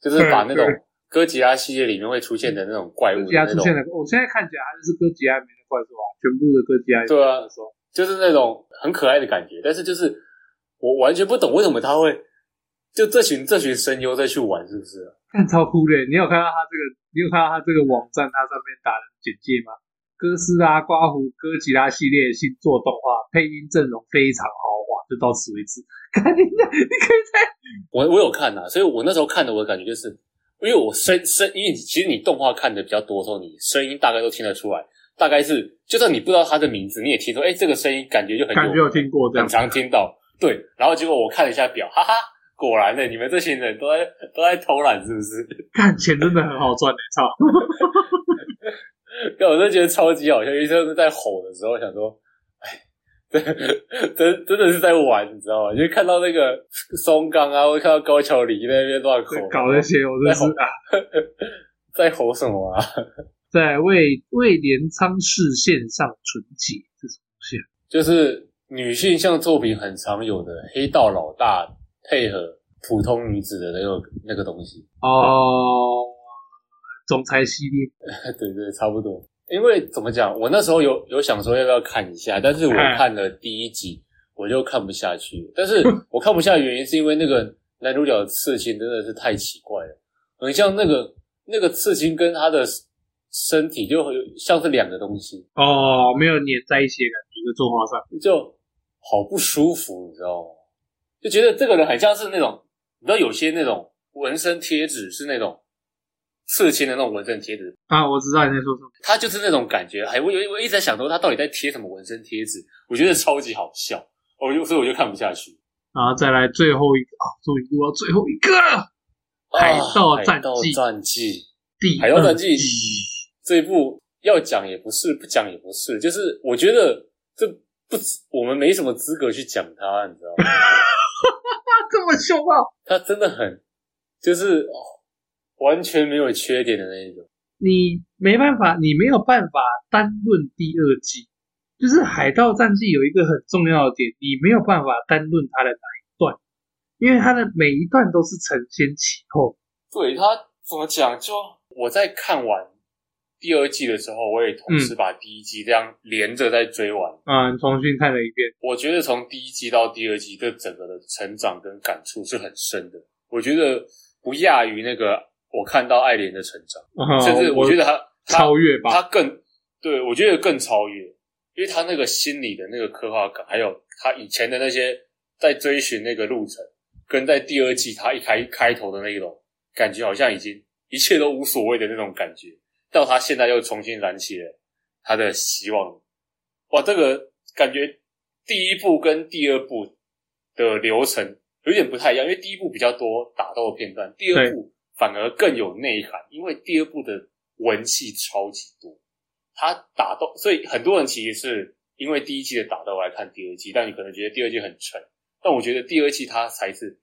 Speaker 1: 就是把那种
Speaker 3: 对
Speaker 1: 哥吉拉系列里面会出现的那种怪物
Speaker 3: 哥
Speaker 1: 的
Speaker 3: 吉拉
Speaker 1: 那
Speaker 3: 出
Speaker 1: 种，
Speaker 3: 现了，哦我现在看起来它就是哥吉拉里面的怪兽啊，全部的哥吉拉里面
Speaker 1: 对啊
Speaker 3: 的怪兽。
Speaker 1: 就是那种很可爱的感觉。但是就是我完全不懂为什么他会就这群这群声优在去玩，是不是？
Speaker 3: 看超酷的，你有看到它这个，你有看到它这个网站它上面打的简介吗？哥斯拉、刮胡、哥吉拉系列新作动画，配音阵容非常豪华，就到此为止。
Speaker 1: 哎
Speaker 3: 看你，你可以在
Speaker 1: 我我有看呐、所以我那时候看的我的感觉就是，因为我声声，因为其实你动画看的比较多的时候，你声音大概都听得出来，大概是就算你不知道他的名字，你也听说，哎、这个声音感觉就很
Speaker 3: 感觉有听过这样
Speaker 1: 很，常听到。对，然后结果我看了一下表， 哈哈，果然呢，你们这群人都在 都在偷懒，是不是？
Speaker 3: 看钱真的很好赚的，欸操！
Speaker 1: 但我就觉得超级好笑，因为他们在吼的时候，想说， 哎，真真真的是在玩，你知道吗？就看到那个 松冈啊，会看到高桥里在那边乱吼，
Speaker 3: 搞那些我真是啊，
Speaker 1: 在吼什么啊？
Speaker 3: 在为为镰仓市线上纯洁，这是
Speaker 1: 就是女性向作品很常有的黑道老大配合普通女子的那个那个东西，
Speaker 3: 哦，总裁系列，
Speaker 1: 对对，差不多。因为怎么讲，我那时候有有想说要不要看一下，但是我
Speaker 3: 哎
Speaker 1: 看了第一集我就看不下去。但是我看不下的原因是因为那个男主角的刺青真的是太奇怪了，很像那个那个刺青跟他的身体就很像是两个东西，
Speaker 3: 哦，没有粘在一起的感觉，就坐花上。
Speaker 1: 就好不舒服，你知道吗？就觉得这个人很像是那种，你知道有些那种纹身贴纸是那种刺青的那种纹身贴纸，
Speaker 3: 啊，我知道你在说什么。
Speaker 1: 他就是那种感觉。还我有我一直在想说他到底在贴什么纹身贴纸，我觉得超级好笑，我就所以我就看不下去。
Speaker 3: 然后再来最后一个啊，终于录到最后一个了，海盗
Speaker 1: 啊
Speaker 3: 战
Speaker 1: 海盗
Speaker 3: 记
Speaker 1: 战记，
Speaker 3: 第
Speaker 1: 海盗
Speaker 3: 二
Speaker 1: 战记
Speaker 3: 季
Speaker 1: 这一部要讲也不是，不讲也不是，就是我觉得这不值，我们没什么资格去讲它，你知道吗？
Speaker 3: 啊，这么凶暴！
Speaker 1: 它真的很，就是、哦完全没有缺点的那一种。
Speaker 3: 你没办法，你没有办法单论第二季，就是《海盗战记》有一个很重要的点，你没有办法单论它的哪一段，因为它的每一段都是承先启后。
Speaker 1: 对它怎么讲？就我在看完第二季的时候，我也同时把第一季这样连着在追完。
Speaker 3: 啊，你重新看了一遍，
Speaker 1: 我觉得从第一季到第二季，这整个的成长跟感触是很深的。我觉得不亚于那个我看到爱莲的成长，
Speaker 3: 啊
Speaker 1: 甚至我觉得他他
Speaker 3: 超越吧，
Speaker 1: 他更对我觉得更超越，因为他那个心理的那个刻画感，还有他以前的那些在追寻那个路程，跟在第二季他一开开头的那一种感觉，好像已经一切都无所谓的那种感觉，到他现在又重新燃起了他的希望。哇，这个感觉第一部跟第二部的流程有点不太一样，因为第一部比较多打斗片段，第二部反而更有内涵，因为第二部的文戏超级多，他打斗，所以很多人其实是因为第一季的打斗来看第二季，但你可能觉得第二季很沉，但我觉得第二季它才是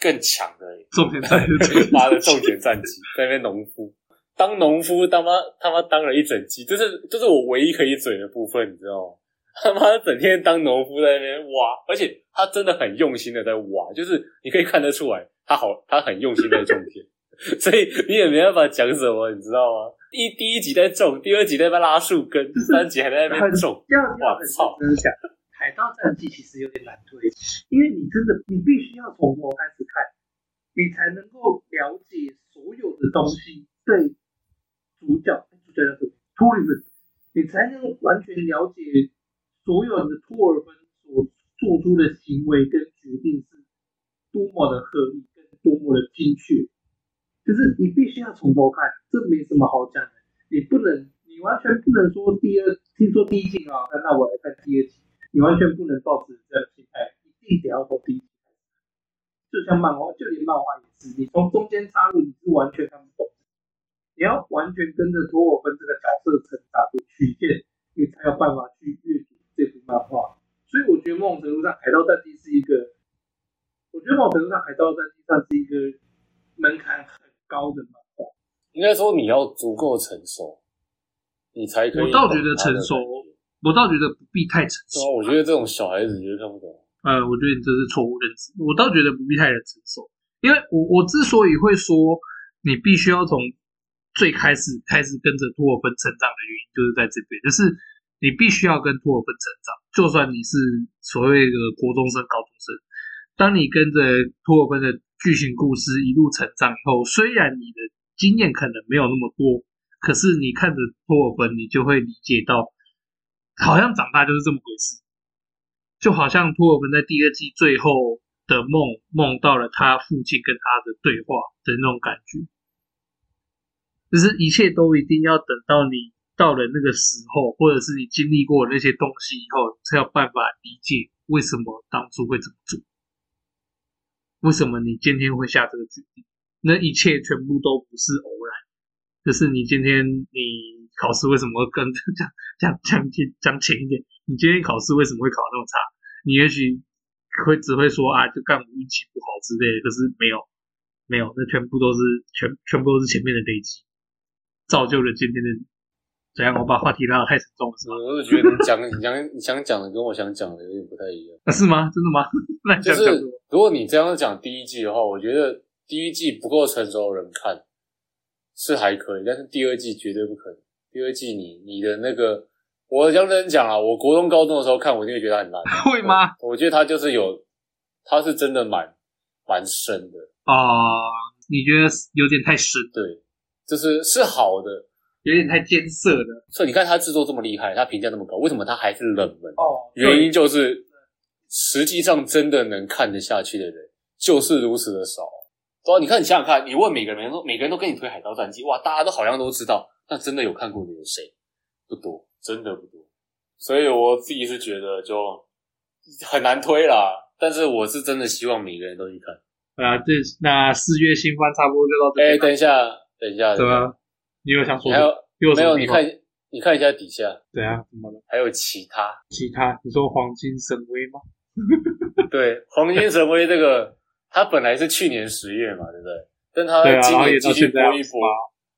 Speaker 1: 更强的
Speaker 3: 重点在于这个
Speaker 1: 妈的种田战绩，在那边农夫当农夫，他妈他妈当了一整季，这是这是我唯一可以嘴的部分，你知道吗？ 他妈整天当农夫在那边挖，而且他真的很用心的在挖，就是你可以看得出来，他好他很用心在种田， 所以你也没办法讲什么，你知道吗？一第一集在种，第二集在那边拉树根，第三集还在那边种，
Speaker 3: 要
Speaker 1: 哇操！
Speaker 3: 真的讲，《海盗战记》其实有点难推，因为你真的你必须要从头开始看，你才能够了解所有的东西，对主角、主角的托里芬，你才能完全了解所有的托尔芬所做出的行为跟决定是多么的合理跟多么的精确。就是你必须要从头看，这没什么好讲的。你不能，你完全不能说第二，听说第一季啊，那我来看第二季，你完全不能抱持这样的心态，一定得要从第一季开始。就像漫画，就连漫画也是，你从中间插入，你是完全看不懂。你要完全跟着托尔芬这个角色成长的曲线，你才有办法去阅读这部漫画。所以我觉得某种程度上，《海盗战记》是一个，我觉得某种程度上，《海盗战记》算是一个门槛很高的漫画。
Speaker 1: 应该说你要足够成熟，你才可以。
Speaker 3: 我倒觉得成熟，我倒觉得不必太成
Speaker 1: 对
Speaker 3: 熟
Speaker 1: 啊，。我觉得这种小孩子绝对看不懂。啊
Speaker 3: 呃，我觉得你这是错误认知，我倒觉得不必太成熟，因为我我之所以会说你必须要从最开始开始跟着托尔芬成长的原因，就是在这边，就是你必须要跟托尔芬成长，就算你是所谓的国中生、高中生，当你跟着托尔芬的剧情故事一路成长以后，虽然你的经验可能没有那么多，可是你看着托尔芬，你就会理解到，好像长大就是这么回事。就好像托尔芬在第二季最后的梦梦到了他父亲跟他的对话的那种感觉，就是一切都一定要等到你到了那个时候，或者是你经历过那些东西以后，才有办法理解为什么当初会这么做，为什么你今天会下这个决定，那一切全部都不是偶然。就是你今天你考试为什么会跟 讲讲讲讲浅一点？你今天考试为什么会考得那么差？你也许会只会说啊，就干我运气不好之类的，可是没有没有，那全部都是全全部都是前面的累积，造就了今天的你。怎样？我把话题拉得太沉重了是吗？
Speaker 1: 我是觉得你讲你讲你想讲的跟我想讲的有点不太一样。
Speaker 3: 啊、是吗？真的吗？ 那你
Speaker 1: 就
Speaker 3: 想
Speaker 1: 是
Speaker 3: 讲什么？
Speaker 1: 如果你这样讲第一季的话，我觉得第一季不够成熟的人看是还可以，但是第二季绝对不可能。第二季你你的那个，我讲真讲啊，我国中高中的时候看，我一定会觉得很烂。
Speaker 3: 会吗？
Speaker 1: 我觉得他就是有，他是真的蛮蛮深的。
Speaker 3: 啊、你觉得有点太深？
Speaker 1: 对，就是是好的，
Speaker 3: 有点太艰涩了。
Speaker 1: 所以你看他制作这么厉害，他评价那么高，为什么他还是冷门？
Speaker 3: 哦，
Speaker 1: 原因就是，实际上真的能看得下去的人就是如此的少。对啊，你看你想想看，你问每个人都每个人都跟你推《海盗战记》，哇，大家都好像都知道，那真的有看过的有谁？不多，真的不多。所以我自己是觉得就很难推啦，但是我是真的希望每个人都去看。
Speaker 3: 对啊，这那四月新番差不多就到这
Speaker 1: 哎、
Speaker 3: 边了。
Speaker 1: 等一下，等一下，
Speaker 3: 对
Speaker 1: 等
Speaker 3: 啊，你有想
Speaker 1: 一
Speaker 3: 说
Speaker 1: 下还
Speaker 3: 什么？
Speaker 1: 有
Speaker 3: 又有什
Speaker 1: 没
Speaker 3: 么
Speaker 1: 有？
Speaker 3: 地
Speaker 1: 你
Speaker 3: 方？
Speaker 1: 看，你看一下底下，
Speaker 3: 对啊，怎么了？
Speaker 1: 还有其他。
Speaker 3: 其他你说黄金神威吗？
Speaker 1: 对，《黄金神威》这 个，它本来是去年十月嘛，对不对？但它
Speaker 3: 对啊，
Speaker 1: 今
Speaker 3: 然后
Speaker 1: 年
Speaker 3: 也到
Speaker 1: 继续
Speaker 3: 现
Speaker 1: 播
Speaker 3: 在
Speaker 1: 一
Speaker 3: 是
Speaker 1: 播，
Speaker 3: 吧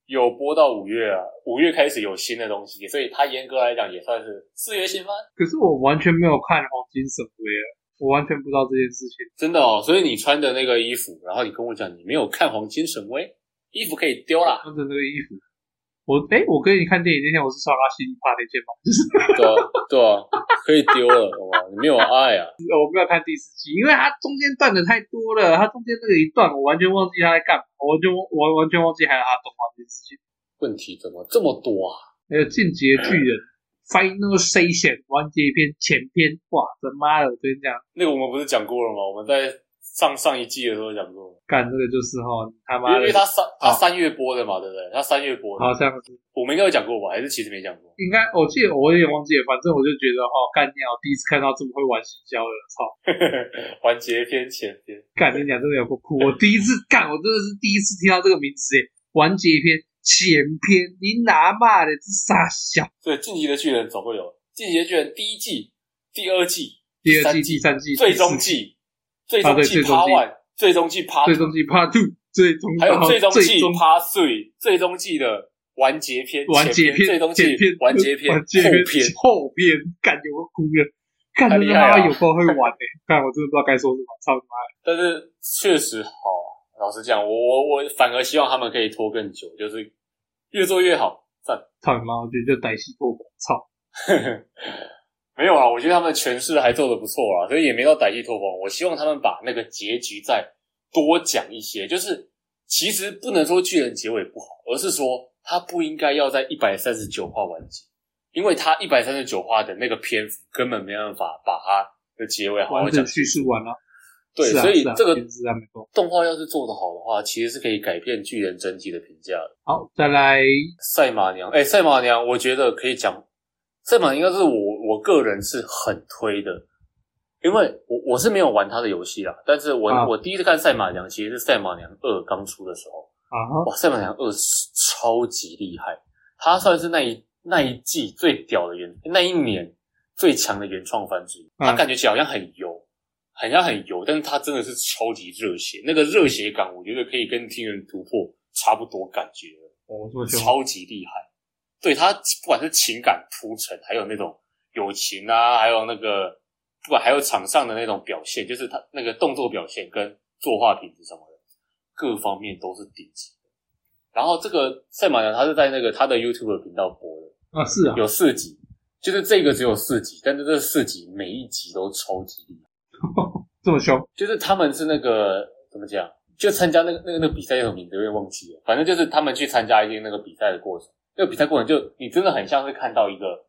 Speaker 1: 有播到五月啊，五月开始有新的东西，所以它严格来讲也算是四月新番，
Speaker 3: 可是我完全没有看黄金神威啊，我完全不知道这件事情。
Speaker 1: 真的哦。所以你穿的那个衣服，然后你跟我讲你没有看《黄金神威》，衣服可以丢啦，
Speaker 3: 穿着那个衣服，我哎、我跟你看电影那天我是穿阿西里帕那件吗？ 就是
Speaker 1: 对啊，对啊， 可以丢了，好吗？你没有爱啊，
Speaker 3: 我没有看第四集，因为它中间断的太多了，它中间那个一段我完全忘记他在干嘛，我就我完全忘记还有他动画这件事情。
Speaker 1: 问题怎么这么多啊？
Speaker 3: 还有《进击的巨人》Final Station 完结篇前篇，哇，他妈的，我跟你讲，
Speaker 1: 那个我们不是讲过了吗？我们在上上一季的时候讲过了，
Speaker 3: 干这个就是哈，你他妈
Speaker 1: 因
Speaker 3: 的
Speaker 1: 为，它三它
Speaker 3: 好
Speaker 1: 三月播的嘛，对不对？它三月播的，
Speaker 3: 好像是
Speaker 1: 我们应该有讲过吧？还是其实没讲过？
Speaker 3: 应该我记得我有点忘记了，反正我就觉得哦，干掉，第一次看到这么会玩行销的，操！
Speaker 1: 完结篇前篇，
Speaker 3: 干你讲真的有够酷！我第一次干，我真的是第一次听到这个名词诶，完结篇、前篇，你哪骂的？这傻小！
Speaker 1: 所以《进击的巨人》总会有《进击的巨人》第一季、第二季、
Speaker 3: 第二季、
Speaker 1: 三
Speaker 3: 第三季、
Speaker 1: 最终
Speaker 3: 季、
Speaker 1: 季、最
Speaker 3: 啊
Speaker 1: 终
Speaker 3: 对
Speaker 1: 季
Speaker 3: 最终
Speaker 1: Part
Speaker 3: 季
Speaker 1: One、最终季 Part
Speaker 3: 最
Speaker 1: Two，
Speaker 3: 终季 Part Two、最终
Speaker 1: 还有最终
Speaker 3: 最
Speaker 1: 季
Speaker 3: 终
Speaker 1: Part Three、最终季的完结篇、
Speaker 3: 完
Speaker 1: 前
Speaker 3: 结
Speaker 1: 篇、
Speaker 3: 篇、
Speaker 1: 最终
Speaker 3: 前
Speaker 1: 季
Speaker 3: 篇、
Speaker 1: 完结篇、
Speaker 3: 完结
Speaker 1: 后篇。
Speaker 3: 后篇，干有个哭了，干
Speaker 1: 太
Speaker 3: 真
Speaker 1: 厉
Speaker 3: 的
Speaker 1: 害
Speaker 3: 他妈
Speaker 1: 了
Speaker 3: 有够会玩诶！干我真的 不知道该说什么，操你妈！
Speaker 1: 但是确实好啊，老实讲，我我我反而希望他们可以拖更久，就是越做越好，赞。
Speaker 3: 操你妈！我觉得就歹戏破火，操！
Speaker 1: 没有啊，我觉得他们诠释还做的不错啊，所以也没到歹戏拖棚。我希望他们把那个结局再多讲一些，就是其实不能说巨人结尾不好，而是说他不应该要在一百三十九话完结，因为他一百三十九话的那个篇幅根本没办法把他的结尾好好
Speaker 3: 完
Speaker 1: 讲
Speaker 3: 整。叙述完了，
Speaker 1: 对，
Speaker 3: 是啊
Speaker 1: 所以
Speaker 3: 是啊
Speaker 1: 这个
Speaker 3: 确实是啊没错
Speaker 1: 动画要是做的好的话，其实是可以改变巨人整体的评价的。
Speaker 3: 好，再来
Speaker 1: 赛马娘，哎、赛马娘，我觉得可以讲，赛马娘应该是我我个人是很推的，因为我我是没有玩他的游戏啦，但是我、
Speaker 3: 啊
Speaker 1: 我第一次看赛马娘其实是赛马娘二刚出的时候，
Speaker 3: 啊哈，
Speaker 1: 哇，赛马娘二是超级厉害，它算是那一那一季最屌的原那一年最强的原创番之一，
Speaker 3: 嗯
Speaker 1: 它感觉起来好像很油。好像很油，但是它真的是超级热血，那个热血感，我觉得可以跟《听人突破》差不多感觉了。
Speaker 3: 我哦这么凶。
Speaker 1: 超级厉害。对他，不管是情感铺陈，还有那种友情啊，还有那个，不管还有场上的那种表现，就是他那个动作表现跟作画品质什么的，各方面都是顶级的。然后这个赛马娘，他是在那个他的 YouTube 频道播的，
Speaker 3: 啊，是啊，
Speaker 1: 有四集，就是这个只有四集，但是这四集每一集都超级厉害。
Speaker 3: 这么凶，
Speaker 1: 就是他们是那个怎么讲，就参加那个那个那个比赛叫什么名字，有点忘记了。反正就是他们去参加一些那个比赛的过程，那个比赛过程就你真的很像是看到一个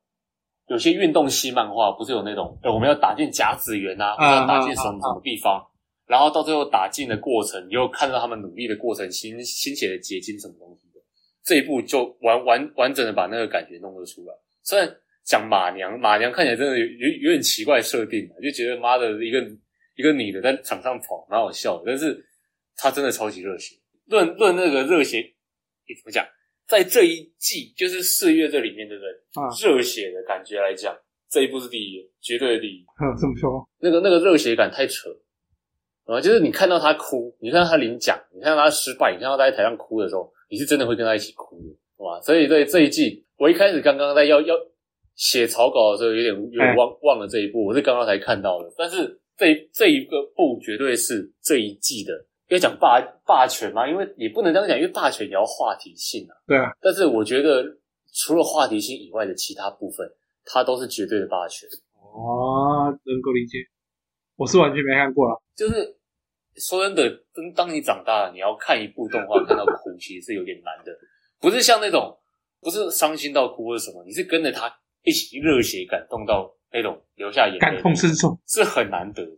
Speaker 1: 有些运动系漫画，不是有那种、呃、我们要打进甲子园啊，或者要打进什么什么地方，然后到最后打进的过程，你又看到他们努力的过程，心心血的结晶什么东西的，这一部就完完完整的把那个感觉弄得出来。虽然讲马娘，马娘看起来真的有有有点奇怪设定啊，就觉得妈的一个一个女的在场上跑，蛮好笑的。但是她真的超级热血，论论那个热血，诶怎么讲，在这一季就是四月这里面的人
Speaker 3: 啊
Speaker 1: 热血的感觉来讲，这一部是第一，绝对的第一。
Speaker 3: 哼这么凶，
Speaker 1: 那个那个热血感太扯，啊，就是你看到他哭，你看到他领奖，你看到他失败，你看到他在台上哭的时候，你是真的会跟他一起哭的，好吧？所以对这一季，我一开始刚刚在要要写草稿的时候，有点有
Speaker 3: 哎
Speaker 1: 点忘、忘了这一部，我是刚刚才看到的。但是这一这一个部绝对是这一季的，要讲霸霸权嘛，因为也不能这样讲，因为霸权也要话题性啊。
Speaker 3: 对啊，
Speaker 1: 但是我觉得除了话题性以外的其他部分，它都是绝对的霸权。
Speaker 3: 哦，能够理解。我是完全没看过啦，
Speaker 1: 就是说真的，当当你长大了，你要看一部动画看到哭，其实是有点难的。不是像那种不是伤心到哭或者什么，你是跟着他一起热血感动到那种流下眼泪，
Speaker 3: 感同身受
Speaker 1: 是很难得的。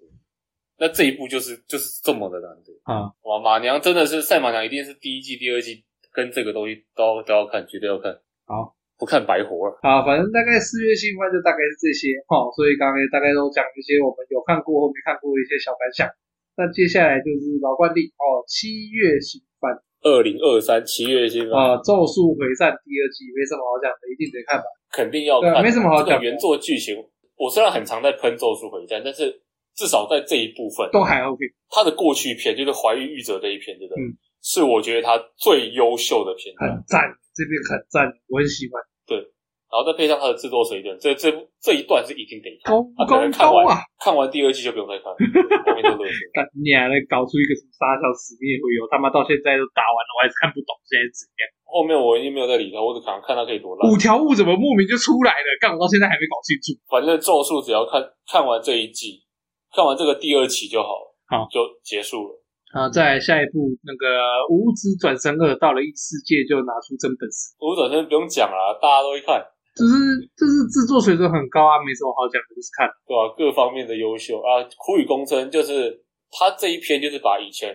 Speaker 1: 那这一部就是就是这么的难得
Speaker 3: 啊！
Speaker 1: 哇！马娘真的是赛马娘，一定是第一季、第二季跟这个东西都要都要看，绝对要看。
Speaker 3: 好，
Speaker 1: 不看白活了。
Speaker 3: 啊，反正大概四月新番就大概是这些哦，所以刚才大概都讲一些我们有看过或没看过的一些小感想。那接下来就是老惯例哦，七月新番
Speaker 1: 二零二三七月新番、
Speaker 3: 啊，《咒术回战》第二季没什么好讲的，一定得看吧。
Speaker 1: 肯定要
Speaker 3: 对
Speaker 1: 看，
Speaker 3: 啊没什么好
Speaker 1: 这
Speaker 3: 讲的
Speaker 1: 个原作剧情，我虽然很常在喷《咒术回战》，但是至少在这一部分，
Speaker 3: 都还 OK，
Speaker 1: 他的过去篇就是《怀玉玉者》这一篇，对不对？
Speaker 3: 嗯
Speaker 1: 是我觉得他最优秀的片段，
Speaker 3: 很赞，这边很赞，我很喜欢。
Speaker 1: 然后再配上他的制作水准，这这部这一段是一定得看。
Speaker 3: 高
Speaker 1: 啊，可
Speaker 3: 高
Speaker 1: 能看
Speaker 3: 高
Speaker 1: 完、
Speaker 3: 啊！
Speaker 1: 看完第二季就不用再 看，后面就乐死。
Speaker 3: 干你还能搞出一个什么傻小死灭回游？他妈到现在都打完了，我还是看不懂现在是怎样。
Speaker 1: 后面我已经没有再理他，我只想看他可以多烂。
Speaker 3: 五条悟怎么莫名就出来了？干我到现在还没搞清楚。
Speaker 1: 反正咒术只要看看完这一季，看完这个第二期就好了，
Speaker 3: 好
Speaker 1: 就结束了。
Speaker 3: 啊，再来下一步那个《五指转身二》到了异世界就拿出真本事，
Speaker 1: 我转身不用讲啦，大家都会看，
Speaker 3: 就是就是制作水准很高啊，没什么好讲的，就是看。
Speaker 1: 对吧、各方面的优秀啊，苦与共生就是他这一篇就是把以前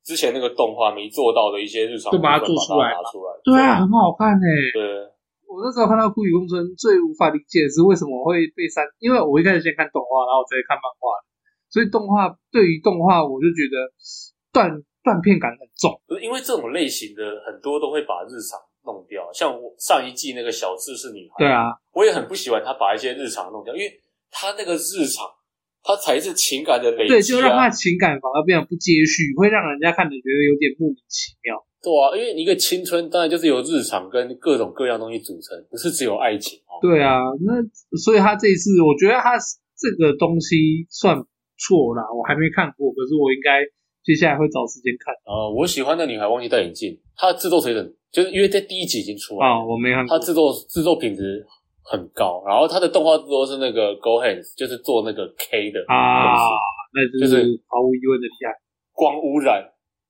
Speaker 1: 之前那个动画没做到的一些日常
Speaker 3: 就把它
Speaker 1: 部分
Speaker 3: 做出
Speaker 1: 把它
Speaker 3: 来
Speaker 1: 拿出来。
Speaker 3: 对啊，，很好看哎、
Speaker 1: 对，
Speaker 3: 我那时候看到《孤雨公村》，最无法理解的是为什么会被删，因为我一开始先看动画，然后我再看漫画，所以动画对于动画我就觉得断断片感很重。
Speaker 1: 不是因为这种类型的很多都会把日常弄掉，像我上一季那个小智是女孩，
Speaker 3: 对啊，
Speaker 1: 我也很不喜欢他把一些日常弄掉，因为他那个日常，他才是情感的累积、啊。
Speaker 3: 对，就让他的情感反而变得不接续，会让人家看的觉得有点莫名其妙。
Speaker 1: 对啊，因为一个青春当然就是由日常跟各种各样东西组成，不是只有爱情哦。
Speaker 3: 对啊，那所以他这一次，我觉得他这个东西算不错啦，我还没看过，可是我应该接下来会找时间看。
Speaker 1: 呃，我喜欢的女孩忘记戴眼镜，她的制作水准就是因为在第一集已经出来了，
Speaker 3: 哦，我没看
Speaker 1: 它
Speaker 3: 过。
Speaker 1: 制作制作品质很高，然后它的动画制作是那个 Go Hands，就是做那个 K 的
Speaker 3: 啊
Speaker 1: 公司，
Speaker 3: 那就
Speaker 1: 就是
Speaker 3: 毫无疑问的厉害。
Speaker 1: 光污染，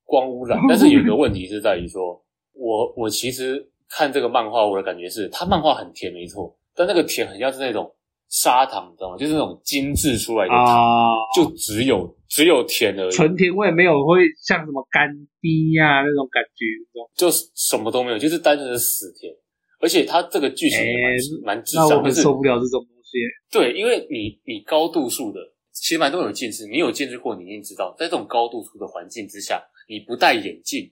Speaker 1: 光污染。但是有一个问题是在于说，我我其实看这个漫画，我的感觉是，它漫画很甜没错，但那个甜很像是那种砂糖，你知道吗？就是那种精致出来的糖，
Speaker 3: 啊，
Speaker 1: 就只有只有甜而已，
Speaker 3: 纯甜味没有会像什么干冰呀、那种感觉，那种
Speaker 1: 就是什么都没有，就是单纯的死甜。而且它这个剧情也蛮、
Speaker 3: 哎
Speaker 1: 蛮智
Speaker 3: 那我
Speaker 1: 障，就
Speaker 3: 很
Speaker 1: 是
Speaker 3: 受不了这种东西。
Speaker 1: 对，因为你你高度数的，其实蛮多人有近视，你有近视过，你一定知道，在这种高度数的环境之下，你不戴眼镜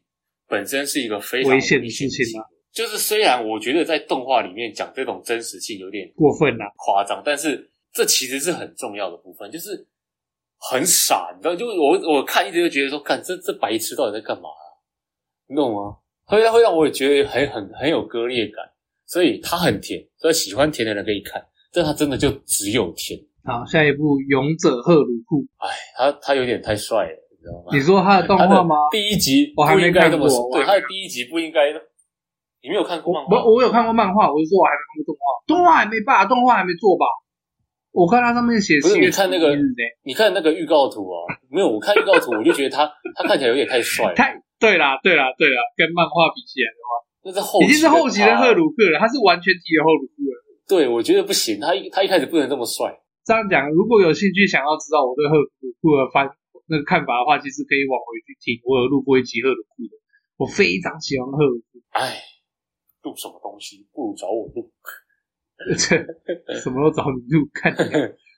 Speaker 1: 本身是一个非常
Speaker 3: 危险的
Speaker 1: 危
Speaker 3: 事情
Speaker 1: 行
Speaker 3: 啊
Speaker 1: 为就是虽然我觉得在动画里面讲这种真实性有点
Speaker 3: 过分啦、
Speaker 1: 夸张，但是这其实是很重要的部分，就是很傻，你知道？就我我看一直就觉得说，看这这白痴到底在干嘛、啊？你懂吗？会让会让我也觉得很很很有割裂感，所以它很甜，所以喜欢甜的人可以看，但它真的就只有甜。
Speaker 3: 好，下一部《勇者赫鲁库》，
Speaker 1: 哎，他他有点太帅了，你知道吗？
Speaker 3: 你说他的动
Speaker 1: 他
Speaker 3: 画
Speaker 1: 的
Speaker 3: 吗？
Speaker 1: 第一集
Speaker 3: 我还
Speaker 1: 不
Speaker 3: 没
Speaker 1: 应该这么
Speaker 3: 看过我
Speaker 1: 对，
Speaker 3: 还没
Speaker 1: 他的第一集不应该。你没有看过漫画？
Speaker 3: 我我有看过漫画，我就说我还没看过动画，动画还没吧，动画还没做吧。我看它上面写
Speaker 1: 不是
Speaker 3: 7月
Speaker 1: 你看那个
Speaker 3: 11日欸
Speaker 1: 你看那个预告图啊，没有，我看预告图我就觉得他他看起来有点太帅了。
Speaker 3: 太对啦对啦对啦，跟漫画比起来的
Speaker 1: 那是后
Speaker 3: 话，已经是后期
Speaker 1: 期
Speaker 3: 的
Speaker 1: 他
Speaker 3: 赫。鲁克了，他是完全提的赫鲁克了。
Speaker 1: 对，我觉得不行，他一他一开始不能这么帅。
Speaker 3: 这样讲，如果有兴趣想要知道我对赫鲁库的翻那个看法的话，其实可以往回去听，我有录过一集赫鲁库的，我非常喜欢赫鲁库。
Speaker 1: 哎，录什么东西？不如找我录。
Speaker 3: 什么都找你录 看。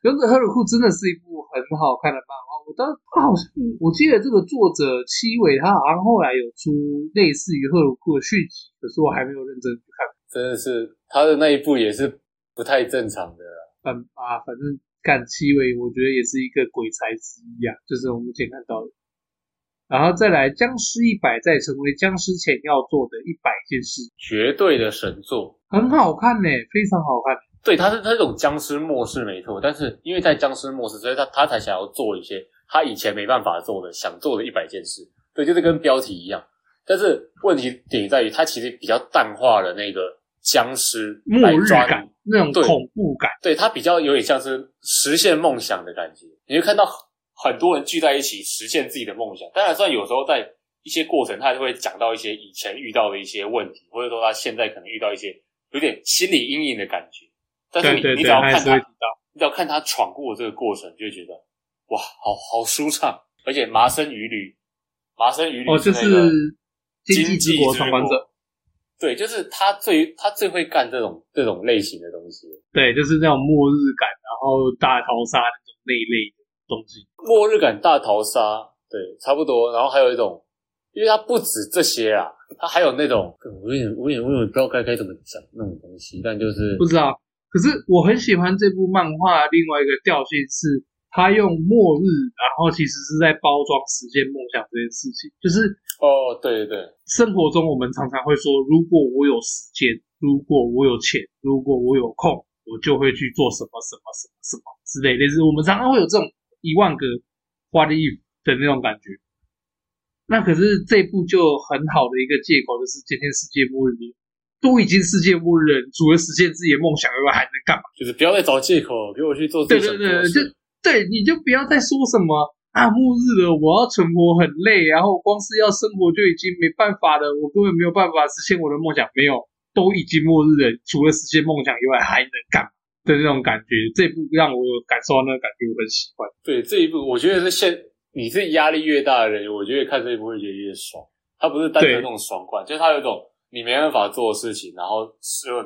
Speaker 3: 勇者赫鲁库真的是一部很好看的漫画，我当他好像我记得这个作者七尾，他好像后来有出类似于赫鲁库的续集，可是我还没有认真去看。
Speaker 1: 真的是他的那一部也是不太正常的啦。
Speaker 3: 反啊，反正干七尾，我觉得也是一个鬼才之一啊，就是我目前看到的。然后再来《僵尸一百》，再成为僵尸前要做的一百件事，
Speaker 1: 绝对的神作。
Speaker 3: 很好看呢、非常好看。
Speaker 1: 对，他是他这种僵尸末世没错，但是因为在僵尸末世，所以他他才想要做一些他以前没办法做的，想做的一百件事。对，就是跟标题一样，但是问题点在于，他其实比较淡化了那个僵尸
Speaker 3: 末日
Speaker 1: 来抓你
Speaker 3: 感，那种
Speaker 1: 对
Speaker 3: 恐怖感，
Speaker 1: 对他比较有点像是实现梦想的感觉。你会看到很多人聚在一起实现自己的梦想。当然，虽然有时候在一些过程，他就会讲到一些以前遇到的一些问题，或者说他现在可能遇到一些有点心理阴影的感觉。但是你
Speaker 3: 对对
Speaker 1: 你只要
Speaker 3: 对
Speaker 1: 看
Speaker 3: 还
Speaker 1: 他
Speaker 3: 是
Speaker 1: 你只要看他闯过这个过程，就会觉得哇，好好舒畅，而且麻生鱼吕，麻生鱼吕
Speaker 3: 哦，就是
Speaker 1: 那个
Speaker 3: 《经济之国》
Speaker 1: 之
Speaker 3: 闯关者，
Speaker 1: 国。对，就是他最他最会干这种这种类型的东西。
Speaker 3: 对，就是那种末日感，然后大逃杀那种那一类的东西。
Speaker 1: 末日感大逃杀，对，差不多。然后还有一种，因为它不止这些啊，它还有那种，我有点我有点我有点不知道该该怎么讲那种东西，但就是
Speaker 3: 不知道。可是我很喜欢这部漫画，另外一个调性是，它用末日，然后其实是在包装实现梦想这件事情。就是
Speaker 1: 哦，对对对，
Speaker 3: 生活中我们常常会说，如果我有时间，如果我有钱，如果我有空，我就会去做什么什么什么什么之类，类似我们常常会有这种一万个 what if 的那种感觉。那可是这部就很好的一个借口，就是今天世界末日了，都已经世界末日了，除了实现自己的梦想以外，还能干嘛？
Speaker 1: 就是不要再找借口给我去做自
Speaker 3: 对
Speaker 1: 己想做
Speaker 3: 对对
Speaker 1: 的
Speaker 3: 对，就
Speaker 1: 事。
Speaker 3: 对，你就不要再说什么啊，末日了，我要存活很累，然后光是要生活就已经没办法了，我根本没有办法实现我的梦想，没有，都已经末日了，除了实现梦想以外还能干嘛的那种感觉，这部让我有感受到那个感觉，我很喜欢。
Speaker 1: 对这一部，我觉得是现你是压力越大的人，我觉得看这一部会觉得越爽。它不是单纯
Speaker 3: 对
Speaker 1: 那种爽快，就是它有一种你没办法做的事情，然后是有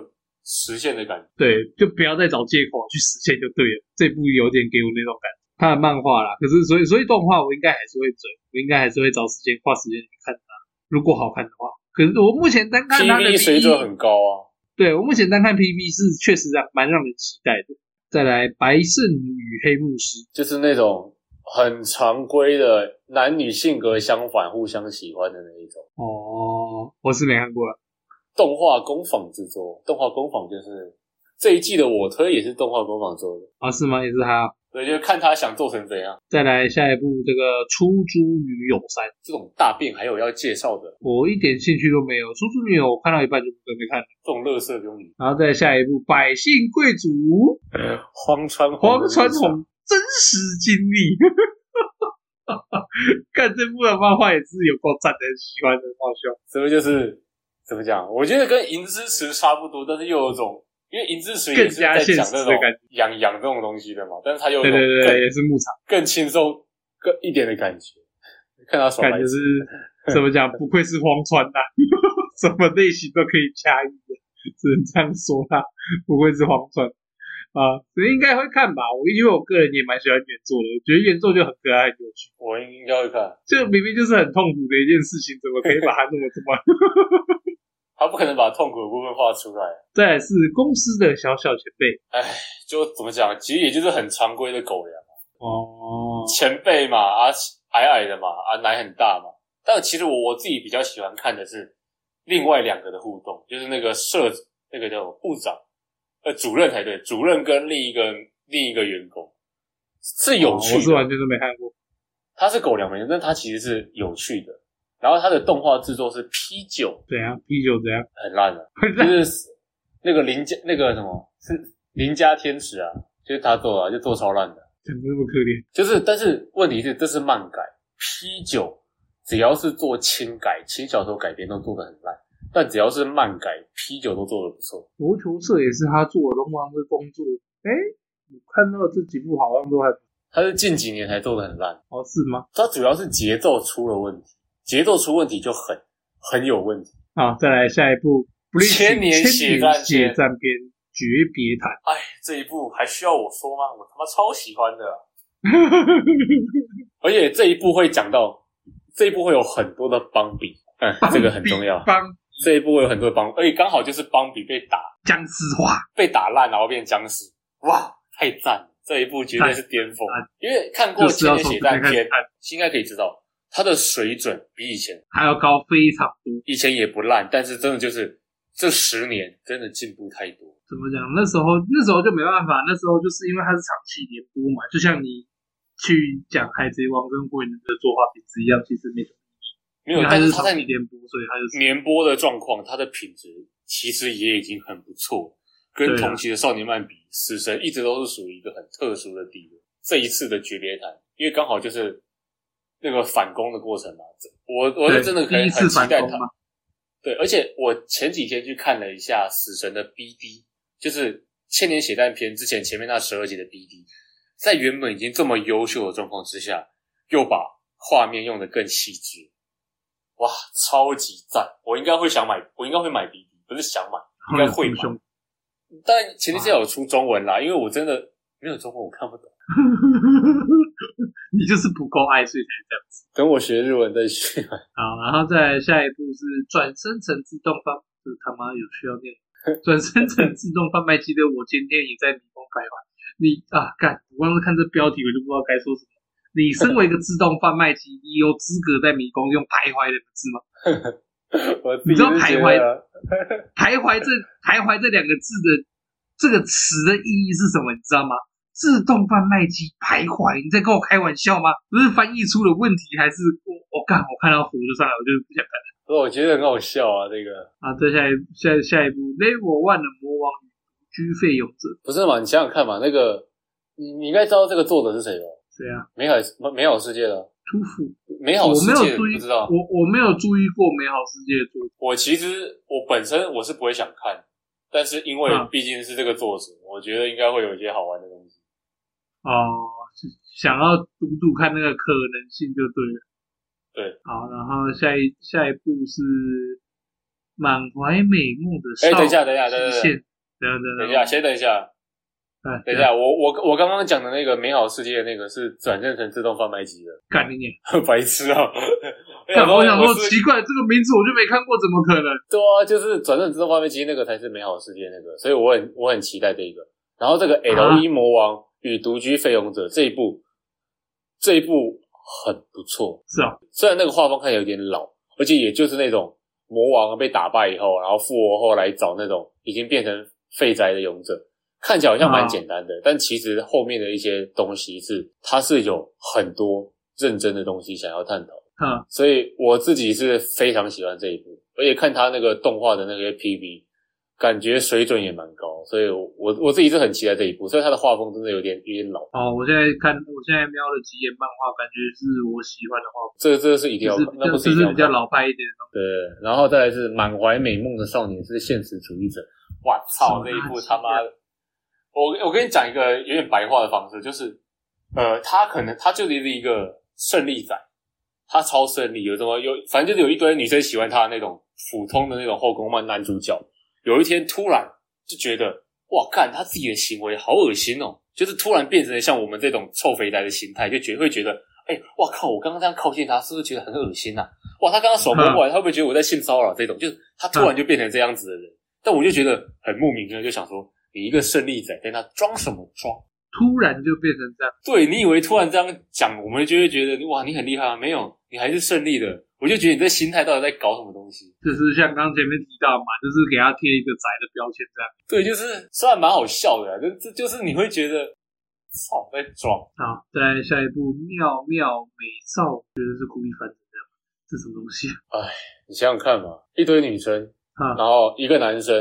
Speaker 1: 实现的感觉。
Speaker 3: 对，就不要再找借口去实现就对了。这部有点给我那种感觉，他的漫画啦，可是所以所以动画我应该还是会追，我应该还是会找时间花时间去看它，如果好看的话。可是我目前单看它的
Speaker 1: PV 水准很高啊，
Speaker 3: 对我目前单看 PV 是确实让蛮让人期待的。再来，白圣女与黑牧师，
Speaker 1: 就是那种很常规的男女性格相反、互相喜欢的那一种
Speaker 3: 哦，我是没看过了。
Speaker 1: 动画工坊制作。动画工坊就是这一季的我推也是动画工坊做的，
Speaker 3: 啊，是吗？也是他。
Speaker 1: 所以就看他想做成怎样。
Speaker 3: 再来下一部这个《出租女友三》，
Speaker 1: 这种大病还有要介绍的，
Speaker 3: 我一点兴趣都没有。《出租女友》我看到一半就准备看了。
Speaker 1: 这种乐色不用理。
Speaker 3: 然后再下一部《百姓贵族》，
Speaker 1: 荒川
Speaker 3: 黄传统真实经历。 看这部的漫画也是有够赞的，喜欢的，很好笑。
Speaker 1: 这个就是怎么讲？我觉得跟银之匙差不多，但是又有一种。因为银之匙也是在
Speaker 3: 更
Speaker 1: 讲
Speaker 3: 加现实
Speaker 1: 那种
Speaker 3: 的感觉
Speaker 1: 养养这种东西的嘛，但是他又有
Speaker 3: 对
Speaker 1: 一种
Speaker 3: 对对，
Speaker 1: 更
Speaker 3: 也是牧场。
Speaker 1: 更轻松、更一点的感觉，看他爽白
Speaker 3: 感觉是怎么讲？不愧是荒川呐、 什么类型都可以驾驭的，只能这样说啦。不愧是荒川啊，所以应该会看吧。我因为我个人也蛮喜欢原作的，我觉得原作就很可爱、很有趣。
Speaker 1: 我应该会看，
Speaker 3: 这明明就是很痛苦的一件事情，怎么可以把它弄得这么？
Speaker 1: 他不可能把痛苦的部分画出来。
Speaker 3: 再来是公司的小小前辈
Speaker 1: 就怎么讲，其实也就是很常规的狗粮，
Speaker 3: 哦，
Speaker 1: 前辈嘛，啊矮矮的嘛，啊奶很大嘛。但其实我我自己比较喜欢看的是另外两个的互动，就是那个社那个叫什么部长，呃主任才对，主任跟另一个另一个员工是有
Speaker 3: 哦我
Speaker 1: 趣
Speaker 3: 是
Speaker 1: 的，
Speaker 3: 完全都没看过。
Speaker 1: 他是狗粮没错，但他其实是有趣的。然后他的动画制作是 P 九，
Speaker 3: 怎样？啤酒怎样？
Speaker 1: 很烂的、就是那个邻家那个什么是邻家天使啊，就是他做的啊、就做超烂的。
Speaker 3: 怎么那么可怜？
Speaker 1: 就是但是问题是这是漫改，P 九只要是做轻改、轻小说改编都做的很烂，但只要是漫改，P 九都做的不错。
Speaker 3: 足球社也是他做，龙王的工作。哎，我看到这几部好像都还
Speaker 1: 他是近几年才做的很烂，
Speaker 3: 哦是吗？
Speaker 1: 它主要是节奏出了问题，节奏出问题就很很有问题。
Speaker 3: 好，再来下一部《Bleach
Speaker 1: 千年血
Speaker 3: 千
Speaker 1: 战
Speaker 3: 年血
Speaker 1: 篇
Speaker 3: 战篇》诀别谈。
Speaker 1: 哎，这一部还需要我说吗？我他妈超喜欢的啊、而且这一部会讲到，这一部会有很多的邦比，嗯，这个很重要。
Speaker 3: 帮
Speaker 1: 这一部会有很多的邦，而且刚好就是邦比被打
Speaker 3: 僵尸化，
Speaker 1: 被打烂，然后变僵尸，哇，太赞了！这一部绝对是巅峰
Speaker 3: 赞，
Speaker 1: 因为看过
Speaker 3: 就
Speaker 1: 《
Speaker 3: 是
Speaker 1: 千
Speaker 3: 要
Speaker 1: 年
Speaker 3: 从
Speaker 1: 血
Speaker 3: 这边
Speaker 1: 战
Speaker 3: 开始
Speaker 1: 篇
Speaker 3: 看》，
Speaker 1: 应该可以知道它的水准比以前
Speaker 3: 还要高非常多。
Speaker 1: 以前也不烂，但是真的就是这十年真的进步太多。
Speaker 3: 怎么讲？那时候那时候就没办法，那时候就是因为它是长期连播嘛，就像你去讲《海贼王》跟《火影忍者》的作画品质一样，其实没什么。
Speaker 1: 没
Speaker 3: 因
Speaker 1: 有
Speaker 3: 为，
Speaker 1: 但
Speaker 3: 它是
Speaker 1: 是它
Speaker 3: 长
Speaker 1: 在
Speaker 3: 期连播，所以它就是
Speaker 1: 年播的状况，它的品质其实也已经很不错了，跟
Speaker 3: 对啊
Speaker 1: 同期的少年漫比，死神一直都是属于一个很特殊的地位。这一次的诀别谈，因为刚好就是那个反攻的过程嘛，这我我是
Speaker 3: 对
Speaker 1: 真的可
Speaker 3: 第
Speaker 1: 以
Speaker 3: 一
Speaker 1: 很
Speaker 3: 次
Speaker 1: 期
Speaker 3: 反
Speaker 1: 待
Speaker 3: 攻
Speaker 1: 他
Speaker 3: 嘛。
Speaker 1: 对，而且我前几天去看了一下死神的 BD，就是《千年血战篇》之前前面那十二集的 BD，在原本已经这么优秀的状况之下，又把画面用得更细致，哇，超级赞！我应该会想买，我应该会买 BD，不是想买，应该会买。
Speaker 3: 凶，
Speaker 1: 但前提是要有出中文啦，因为我真的没有中文我看不懂。
Speaker 3: 你就是不够爱，所以才这样子。
Speaker 1: 等我学日文再学。
Speaker 3: 好，然后再来下一步是转生成自动贩，这他妈有需要念。转生成自动贩卖机的我今天也在迷宫徘徊。你啊，干！我光是看这标题，我就不知道该说什么。你身为一个自动贩卖机，你有资格在迷宫用徘徊两个字吗？
Speaker 1: 我
Speaker 3: 你知道徘徊徘徊这徘徊这两个字的这个词的意义是什么？你知道吗？自动贩卖机徘徊，你在跟我开玩笑吗？不是翻译出了问题，还是我我干我看到火就上来，我就不想看
Speaker 1: 不是我觉得很好笑啊，这个
Speaker 3: 啊！再下一下下一步，Level One 的魔王与居费勇者，
Speaker 1: 不是嘛？你想想看嘛，那个你你应该知道这个作者是谁吧？
Speaker 3: 谁啊？
Speaker 1: 美好美好世界的
Speaker 3: 屠夫，
Speaker 1: 美好
Speaker 3: 我
Speaker 1: 世
Speaker 3: 没
Speaker 1: 界
Speaker 3: 有
Speaker 1: 的
Speaker 3: 注意，
Speaker 1: 不知道。
Speaker 3: 我我没有注意过美好世界的作者。
Speaker 1: 我其实我本身我是不会想看，但是因为
Speaker 3: 嗯
Speaker 1: 毕竟是这个作者，我觉得应该会有一些好玩的东西。
Speaker 3: 哦，是想要读读看那个可能性就对了。
Speaker 1: 对，
Speaker 3: 好，然后下一下一步是满怀美梦的少
Speaker 1: 哎
Speaker 3: 女
Speaker 1: 等一下等一下等一下
Speaker 3: 极限等一下
Speaker 1: 等一下，先等一下，
Speaker 3: 哎
Speaker 1: 等一，下，我我我刚刚讲的那个美好世界的那个是转正成自动贩卖机的，
Speaker 3: 干你娘！
Speaker 1: 白痴啊！我
Speaker 3: 干我想说
Speaker 1: 我是
Speaker 3: 奇怪，这个名字我就没看过，怎么可能？
Speaker 1: 对啊，就是转正自动贩卖机那个才是美好世界那个，所以我很我很期待这一个。然后这个 L 一魔王与独居废勇者这一部，这一部很不错，
Speaker 3: 是哦，
Speaker 1: 虽然那个画风看起来有点老，而且也就是那种魔王被打败以后，然后复活后来找那种已经变成废宅的勇者，看起来好像蛮简单的，但其实后面的一些东西是它是有很多认真的东西想要探讨。
Speaker 3: 嗯，
Speaker 1: 所以我自己是非常喜欢这一部，而且看他那个动画的那些 PV，感觉水准也蛮高，所以我我我自己是很期待这一部。虽然他的画风真的有点有点老，
Speaker 3: 哦，我现在看，我现在瞄了几眼漫画，感觉是我喜欢的画风，
Speaker 1: 这这是一定要
Speaker 3: 就是
Speaker 1: 看，
Speaker 3: 比
Speaker 1: 那
Speaker 3: 较
Speaker 1: 不
Speaker 3: 就
Speaker 1: 一定
Speaker 3: 是
Speaker 1: 要
Speaker 3: 比较
Speaker 1: 看。
Speaker 3: 老派一点的东
Speaker 1: 对，然后再来是满怀美梦的少年是现实主义者。哇操，这一部他妈的！我我跟你讲一个有点白话的方式，就是呃，他可能他就是一个胜利仔，他超胜利，有什么有，反正就是有一堆女生喜欢他的那种普通的那种后宫漫男主角，有一天突然就觉得哇，干他自己的行为好恶心哦，就是突然变成了像我们这种臭肥宅的心态，就觉会觉得，哎、哇靠，我刚刚这样靠近他，是不是觉得很恶心呐、啊？哇，他刚刚手摸过来，他会不会觉得我在性骚扰？这种就是他突然就变成这样子的人，但我就觉得很莫名其妙，就想说你一个胜利仔，跟他装什么装？
Speaker 3: 突然就变成这样，
Speaker 1: 对你以为突然这样讲，我们就会觉得哇，你很厉害啊？没有，你还是胜利的。我就觉得你这心态到底在搞什么东西？
Speaker 3: 就是像刚前面提到嘛，就是给他贴一个宅的标签这样。
Speaker 1: 对，就是虽然蛮好笑的、啊，这这就是你会觉得操在装。
Speaker 3: 好，再来下一部妙妙美少，觉得是故意翻成这样，这什么东西啊？
Speaker 1: 你想想看嘛，一堆女生，
Speaker 3: 啊
Speaker 1: 然后一个男生，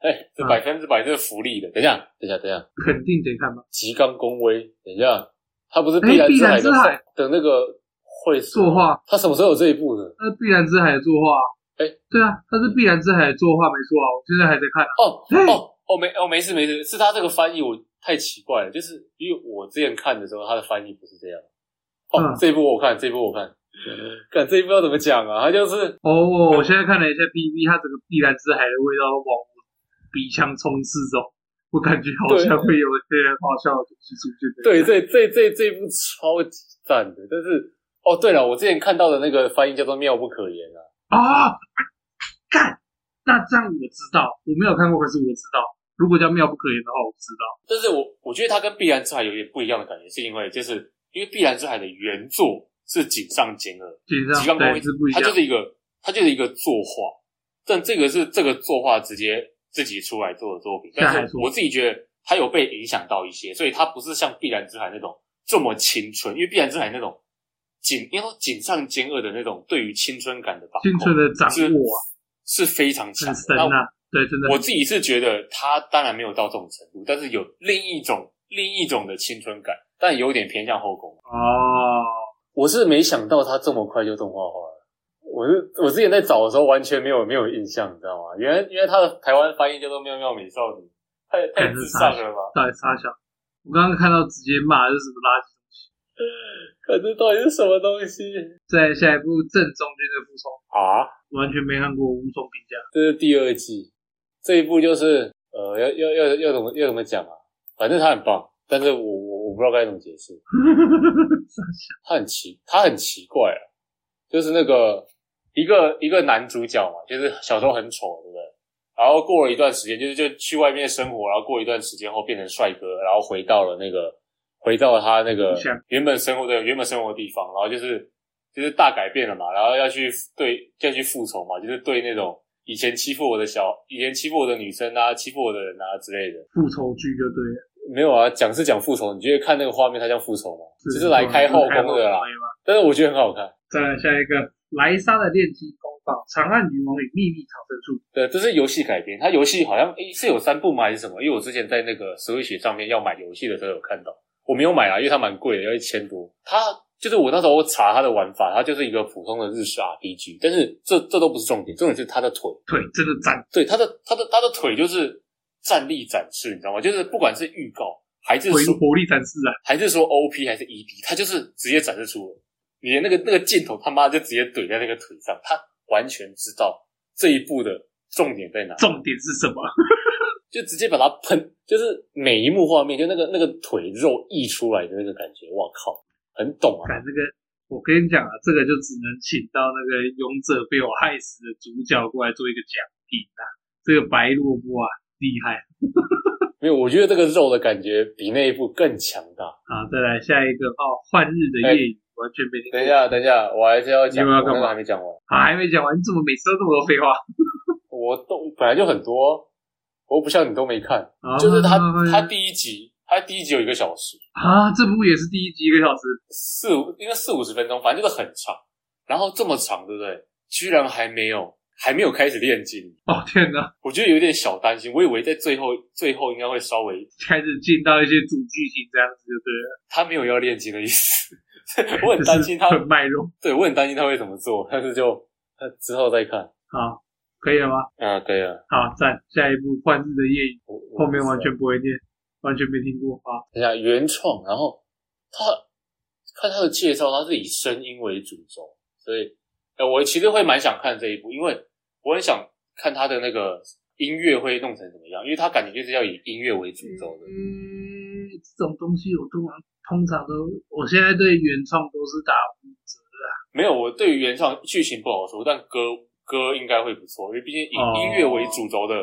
Speaker 1: 哎，这
Speaker 3: 嗯
Speaker 1: 百分之百这是福利的。等一下，等一下，等一下，
Speaker 3: 肯定得看吧？
Speaker 1: 吉冈公威，等一下，他不是
Speaker 3: 哎
Speaker 1: 碧蓝之海
Speaker 3: 碧
Speaker 1: 的
Speaker 3: 蓝之海
Speaker 1: 的那个会所
Speaker 3: 作画，
Speaker 1: 他什么时候有这一部呢？
Speaker 3: 那碧蓝之海的作画啊，
Speaker 1: 哎
Speaker 3: 对啊，它是碧蓝之海的作画没错啊，我现在还在看啊。
Speaker 1: 哦
Speaker 3: 哎
Speaker 1: 哦哦，没哦，没事没事，是他这个翻译我太奇怪了，就是因为我之前看的时候，他的翻译不是这样。哦，
Speaker 3: 嗯
Speaker 1: 这一部我看，这一部我看， 看这一部要怎么讲啊？他就是
Speaker 3: 哦，我现在看了一下 PV，它整个碧蓝之海的味道往我鼻腔冲刺中，我感觉好像会有一些很好笑的东西出现。
Speaker 1: 对，这这这这一部超级赞的，但是哦，对了，我之前看到的那个翻译叫做《妙不可言》啊，
Speaker 3: 啊，干，那这样我知道，我没有看过，可是我知道，如果叫妙不可言的话，我知道。
Speaker 1: 但是我我觉得它跟《碧蓝之海》有点不一样的感觉，是因为就是因为《碧蓝之海》的原作是井上健二，
Speaker 3: 基本
Speaker 1: 吉冈
Speaker 3: 上
Speaker 1: 公
Speaker 3: 对
Speaker 1: 会
Speaker 3: 是不一
Speaker 1: 它
Speaker 3: 样，
Speaker 1: 就是一个它就是一个作画，但这个是这个作画直接自己出来做的作品，
Speaker 3: 那还
Speaker 1: 但是
Speaker 3: 说
Speaker 1: 我自己觉得它有被影响到一些，所以它不是像《碧蓝之海》那种这么青春，因为《碧蓝之海》那种井应该说井上健二的那种对于青春感的把控，
Speaker 3: 青春的掌
Speaker 1: 是
Speaker 3: 握啊，
Speaker 1: 是非常强
Speaker 3: 很
Speaker 1: 的。
Speaker 3: 深
Speaker 1: 那
Speaker 3: 啊，对，真的
Speaker 1: 我自己是觉得他当然没有到这种程度，但是有另一种另一种的青春感，但有点偏向后宫。
Speaker 3: 哦。
Speaker 1: 我是没想到他这么快就动画化了，我是我之前在找的时候完全没有没有印象，你知道吗？原来原来他的台湾翻译叫做《妙妙美少女》，太太智障了吧？
Speaker 3: 到底傻小？我刚刚看到直接骂这是什么垃圾。
Speaker 1: 可这到底是什么东西
Speaker 3: 再下一部郑中君的复仇，
Speaker 1: 啊？
Speaker 3: 完全没看过，无从评价。
Speaker 1: 这是第二季，这一部就是呃，要要要要怎么要怎么讲啊？反正他很棒，但是我我我不知道该怎么解释。
Speaker 3: 傻小，
Speaker 1: 他很奇，他很奇怪啊，就是那个一个一个男主角嘛，就是小时候很丑，对不对？然后过了一段时间，就是就去外面生活，然后过一段时间后变成帅哥，然后回到了那个回到他那个
Speaker 3: 故乡
Speaker 1: 原本生活的原本生活的地方，然后就是就是大改变了嘛，然后要去对要去复仇嘛，就是对那种以前欺负我的小以前欺负我的女生啊，欺负我的人啊之类的。
Speaker 3: 复仇剧就对了，
Speaker 1: 没有啊，讲是讲复仇，你觉得看那个画面它像复仇吗？就是来开后宫的啦
Speaker 3: 开后。宫
Speaker 1: 但是我觉得很好看。
Speaker 3: 再来下一个，莱莎的炼金风暴，长按女王与秘密逃生术，
Speaker 1: 对，这是游戏改编，它游戏好像诶是有三部吗还是什么？因为我之前在那个 Switch 上面要买游戏的时候有看到，我没有买啊，因为它蛮贵的，要一千多。它就是我那时候我查它的玩法，它就是一个普通的日式 RPG，但是这这都不是重点，重点是它的腿，
Speaker 3: 腿真的赞，
Speaker 1: 对它的它的它的腿就是战力展示，你知道吗？就是不管是预告还是
Speaker 3: 回
Speaker 1: 说
Speaker 3: 活力展示啊，
Speaker 1: 还是说 OP 还是 ED，他就是直接展示出了，你的那个那个镜头他妈就直接怼在那个腿上，他完全知道这一步的重点在哪，
Speaker 3: 重点是什么？
Speaker 1: 就直接把它喷，就是每一幕画面就那个那个腿肉溢出来的那个感觉，哇靠，很懂啊！
Speaker 3: 看这个，我跟你讲啊，这个就只能请到那个勇者被我害死的主角过来做一个奖品啊。这个白萝卜啊，厉害
Speaker 1: 没有，我觉得这个肉的感觉比那一部更强大。
Speaker 3: 啊！再来下一个哦，幻日的夜雨，完全没听
Speaker 1: 等
Speaker 3: 过
Speaker 1: 一。下，等一下，我还是要讲，
Speaker 3: 你有没有
Speaker 1: 我那
Speaker 3: 干嘛
Speaker 1: 个还没讲完，
Speaker 3: 啊，还没讲完，你怎么每次都这么多废话？
Speaker 1: 我都本来就很多，我不像你都没看，
Speaker 3: 啊
Speaker 1: 就是他他
Speaker 3: 啊
Speaker 1: 第一集，他第一集有一个小时。
Speaker 3: 啊，这部也是第一集一个小时，
Speaker 1: 四五，应该四五十分钟，反正就是很长。然后这么长，对不对？居然还没有，还没有开始练筋，
Speaker 3: 哦天哪，
Speaker 1: 我觉得有点小担心。我以为在最后，最后应该会稍微，
Speaker 3: 开始进到一些主剧情这样子就对了，
Speaker 1: 他没有要练筋的意思， 我很担心他，
Speaker 3: 就是很脉络。
Speaker 1: 对我很担心他会怎么做，但是就呃之后再看。
Speaker 3: 好，可以了吗？
Speaker 1: 啊，对啊，
Speaker 3: 好，赞，下一部《幻日的夜雨》，
Speaker 1: 我我
Speaker 3: 后面完全不会念，完全没听过啊。
Speaker 1: 等一下原创，然后他看他的介绍，他是以声音为主轴，所以呃，我其实会蛮想看这一部，因为我很想看他的那个音乐会弄成怎么样，因为他感觉就是要以音乐为主轴的。
Speaker 3: 嗯，这种东西我通常通常都，我现在对原创都是打五折的啊。
Speaker 1: 没有，我对于原创剧情不好说，但歌歌应该会不错，因为毕竟以
Speaker 3: 哦
Speaker 1: 音乐为主轴的，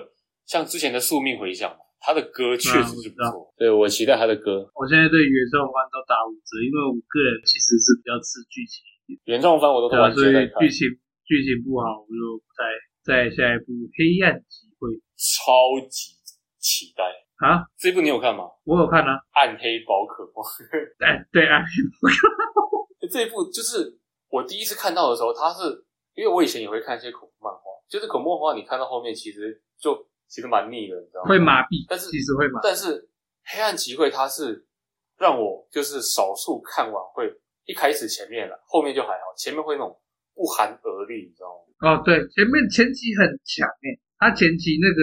Speaker 1: 像之前的《宿命回响》嘛，他的歌确实是不
Speaker 3: 嗯我知
Speaker 1: 错。对，我期待他的歌。
Speaker 3: 我现在对原创番都打五折，因为我个人其实是比较吃剧情，
Speaker 1: 原创番我都
Speaker 3: 对啊，
Speaker 1: 完
Speaker 3: 所以
Speaker 1: 全在看，
Speaker 3: 剧情剧情不好，我就不太再下一部《黑暗集会》
Speaker 1: 超级期待。
Speaker 3: 啊，
Speaker 1: 这一部你有看吗？
Speaker 3: 我有看啊，
Speaker 1: 暗黑宝可梦。
Speaker 3: 哎，对啊，
Speaker 1: 这一部就是我第一次看到的时候，它是因为我以前也会看一些恐怖漫画，就是恐怖漫画你看到后面其实就其实蛮腻的，你知道吗？
Speaker 3: 会麻痹，
Speaker 1: 但是
Speaker 3: 其实会麻痹。
Speaker 1: 但是《黑暗集会》它是让我就是少数看完会一开始前面了，后面就还好，前面会那种不寒而栗，你知道吗？
Speaker 3: 哦，对，前面前期很强诶、他前期那个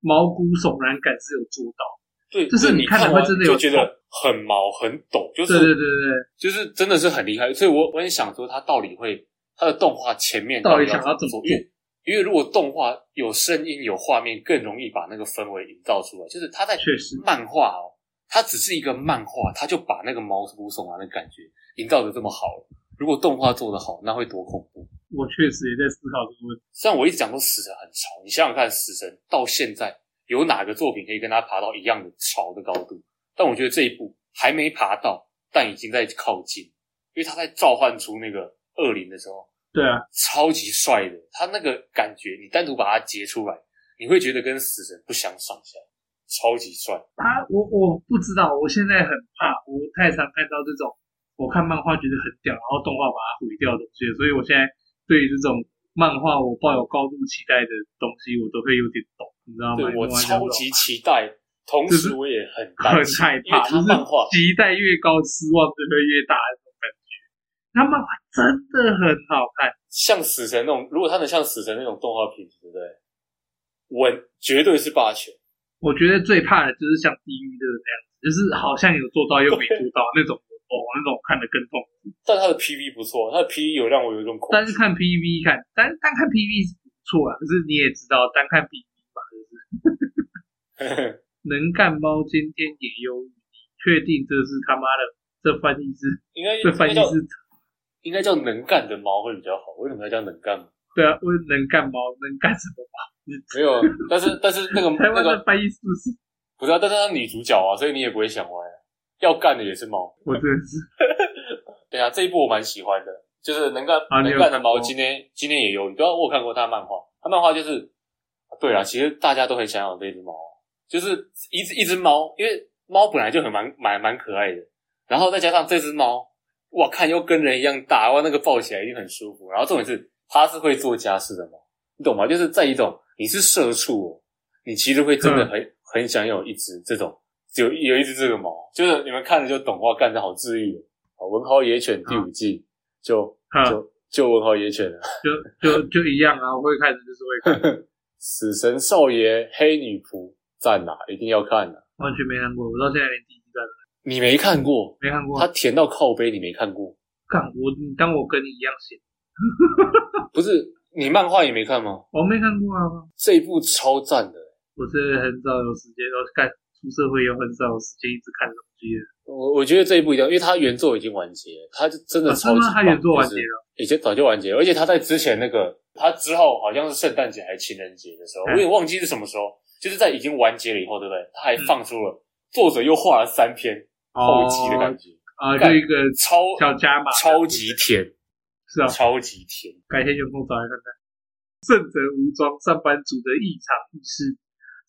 Speaker 3: 毛骨悚然感是有做到。
Speaker 1: 对，
Speaker 3: 就是你
Speaker 1: 你
Speaker 3: 看了
Speaker 1: 完
Speaker 3: 会真的
Speaker 1: 就
Speaker 3: 有
Speaker 1: 觉得很毛很抖，就
Speaker 3: 对对
Speaker 1: 是
Speaker 3: 对对对，
Speaker 1: 就是真的是很厉害，所以我我很想说它到底会它的动画前面
Speaker 3: 到底
Speaker 1: 底
Speaker 3: 想要
Speaker 1: 怎
Speaker 3: 怎么做
Speaker 1: 因为因为如果动画有声音有画面，更容易把那个氛围营造出来。就是它在
Speaker 3: 确实
Speaker 1: 漫画哦，它只是一个漫画，它就把那个毛骨悚然的感觉营造的这么好了。如果动画做得好，那会多恐怖！
Speaker 3: 我确实也在思考这个问题。
Speaker 1: 虽然我一直讲说死神很潮，你想想看，死神到现在有哪个作品可以跟他爬到一样的潮的高度？但我觉得这一部还没爬到，但已经在靠近，因为他在召唤出那个恶灵的时候，
Speaker 3: 对啊，
Speaker 1: 超级帅的，他那个感觉，你单独把它截出来，你会觉得跟死神不相上下，超级帅。
Speaker 3: 他我我不知道，我现在很怕，我太常看到这种我看漫画觉得很屌，然后动画把它毁掉的东西，所以我现在对于这种漫画我抱有高度期待的东西，我都会有点懂，你知道吗？
Speaker 1: 对我
Speaker 3: 因为这
Speaker 1: 超
Speaker 3: 种
Speaker 1: 级期待，同
Speaker 3: 就
Speaker 1: 时
Speaker 3: 是
Speaker 1: 我也很担
Speaker 3: 很
Speaker 1: 心，
Speaker 3: 害
Speaker 1: 因为他
Speaker 3: 怕，就是
Speaker 1: 漫画
Speaker 3: 期待越高，失望就会越大那种感觉。那漫画真的很好看，
Speaker 1: 像死神那种，如果他能像死神那种动画品质，对不对？稳绝对是霸权。
Speaker 3: 我觉得最怕的就是像地狱的那样子，就是好像有做到又没做到那种，哦，那种看得更痛。
Speaker 1: 但他的 PV 不错，他的 PV 有让我有一种恐
Speaker 3: 但
Speaker 1: 惧
Speaker 3: 是。看 PV 看，单单看 PV 是不错啊，可是你也知道，单看 PV 嘛，就是能干猫今天也忧郁，确定这是他妈的这翻译是
Speaker 1: 应该
Speaker 3: 这
Speaker 1: 应
Speaker 3: 翻
Speaker 1: 该
Speaker 3: 译
Speaker 1: 叫
Speaker 3: 是
Speaker 1: 应该叫能干的猫会比较好。为什么要叫能干猫？
Speaker 3: 对啊，问能干猫能干什么？
Speaker 1: 没 有，但是但是那个
Speaker 3: 台
Speaker 1: 那
Speaker 3: 湾的
Speaker 1: 个
Speaker 3: 翻译是不是？
Speaker 1: 不是啊，但是她女主角啊，所以你也不会想歪啊。要干的也是猫。
Speaker 3: 我真的是
Speaker 1: 对啊，这一部我蛮喜欢的，就是能干、
Speaker 3: 啊你有
Speaker 1: 能干的
Speaker 3: 看过
Speaker 1: 猫，今天今天也有，你知道我有看过他漫画，他漫画就是，啊对啊，其实大家都很想养这只猫啊，就是一只一只猫，因为猫本来就很蛮蛮蛮可爱的，然后再加上这只猫，哇，看又跟人一样大，哇，那个抱起来一定很舒服。然后重点是它是会做家事的猫，你懂吗？就是在一种你是社畜、哦，你其实会真的很、很想有一只这种，有有一只这个猫，就是你们看了就懂哇，干的好治愈哦。好，文豪野犬第五季、就
Speaker 3: 啊，
Speaker 1: 就就文豪野犬了，
Speaker 3: 就就就一样啊，我会看的就是会看，
Speaker 1: 死神少爷黑女仆赞啦，一定要看的。
Speaker 3: 完全没看过，我到现在连第一集都还
Speaker 1: 你没看过，
Speaker 3: 没看过
Speaker 1: 它。甜到靠背，你没看过？
Speaker 3: 看我，你当我跟你一样闲，
Speaker 1: 不是你漫画也没看吗？
Speaker 3: 我没看过啊。
Speaker 1: 这一部超赞的，
Speaker 3: 我是很少有时间，都看出社会有很少有时间一直看东西的。
Speaker 1: 我我觉得这一部一定要，因为它原作已经完结了，它就真的
Speaker 3: 啊
Speaker 1: 超级
Speaker 3: 真的吗
Speaker 1: 棒、
Speaker 3: 它原作完
Speaker 1: 就是
Speaker 3: 结了
Speaker 1: 已经早就完结了，而且他在之前那个，他之后好像是圣诞节还是情人节的时候，
Speaker 3: 嗯
Speaker 1: 我也忘记是什么时候，就是在已经完结了以后，对不对？他还
Speaker 3: 嗯哦
Speaker 1: 放出了、作者又画了三篇后记的感觉，
Speaker 3: 啊，就一个
Speaker 1: 超
Speaker 3: 小加码，
Speaker 1: 超级甜，
Speaker 3: 是啊，
Speaker 1: 超级甜。
Speaker 3: 改天员工找来看看。圣者无装，上班族的异常意识，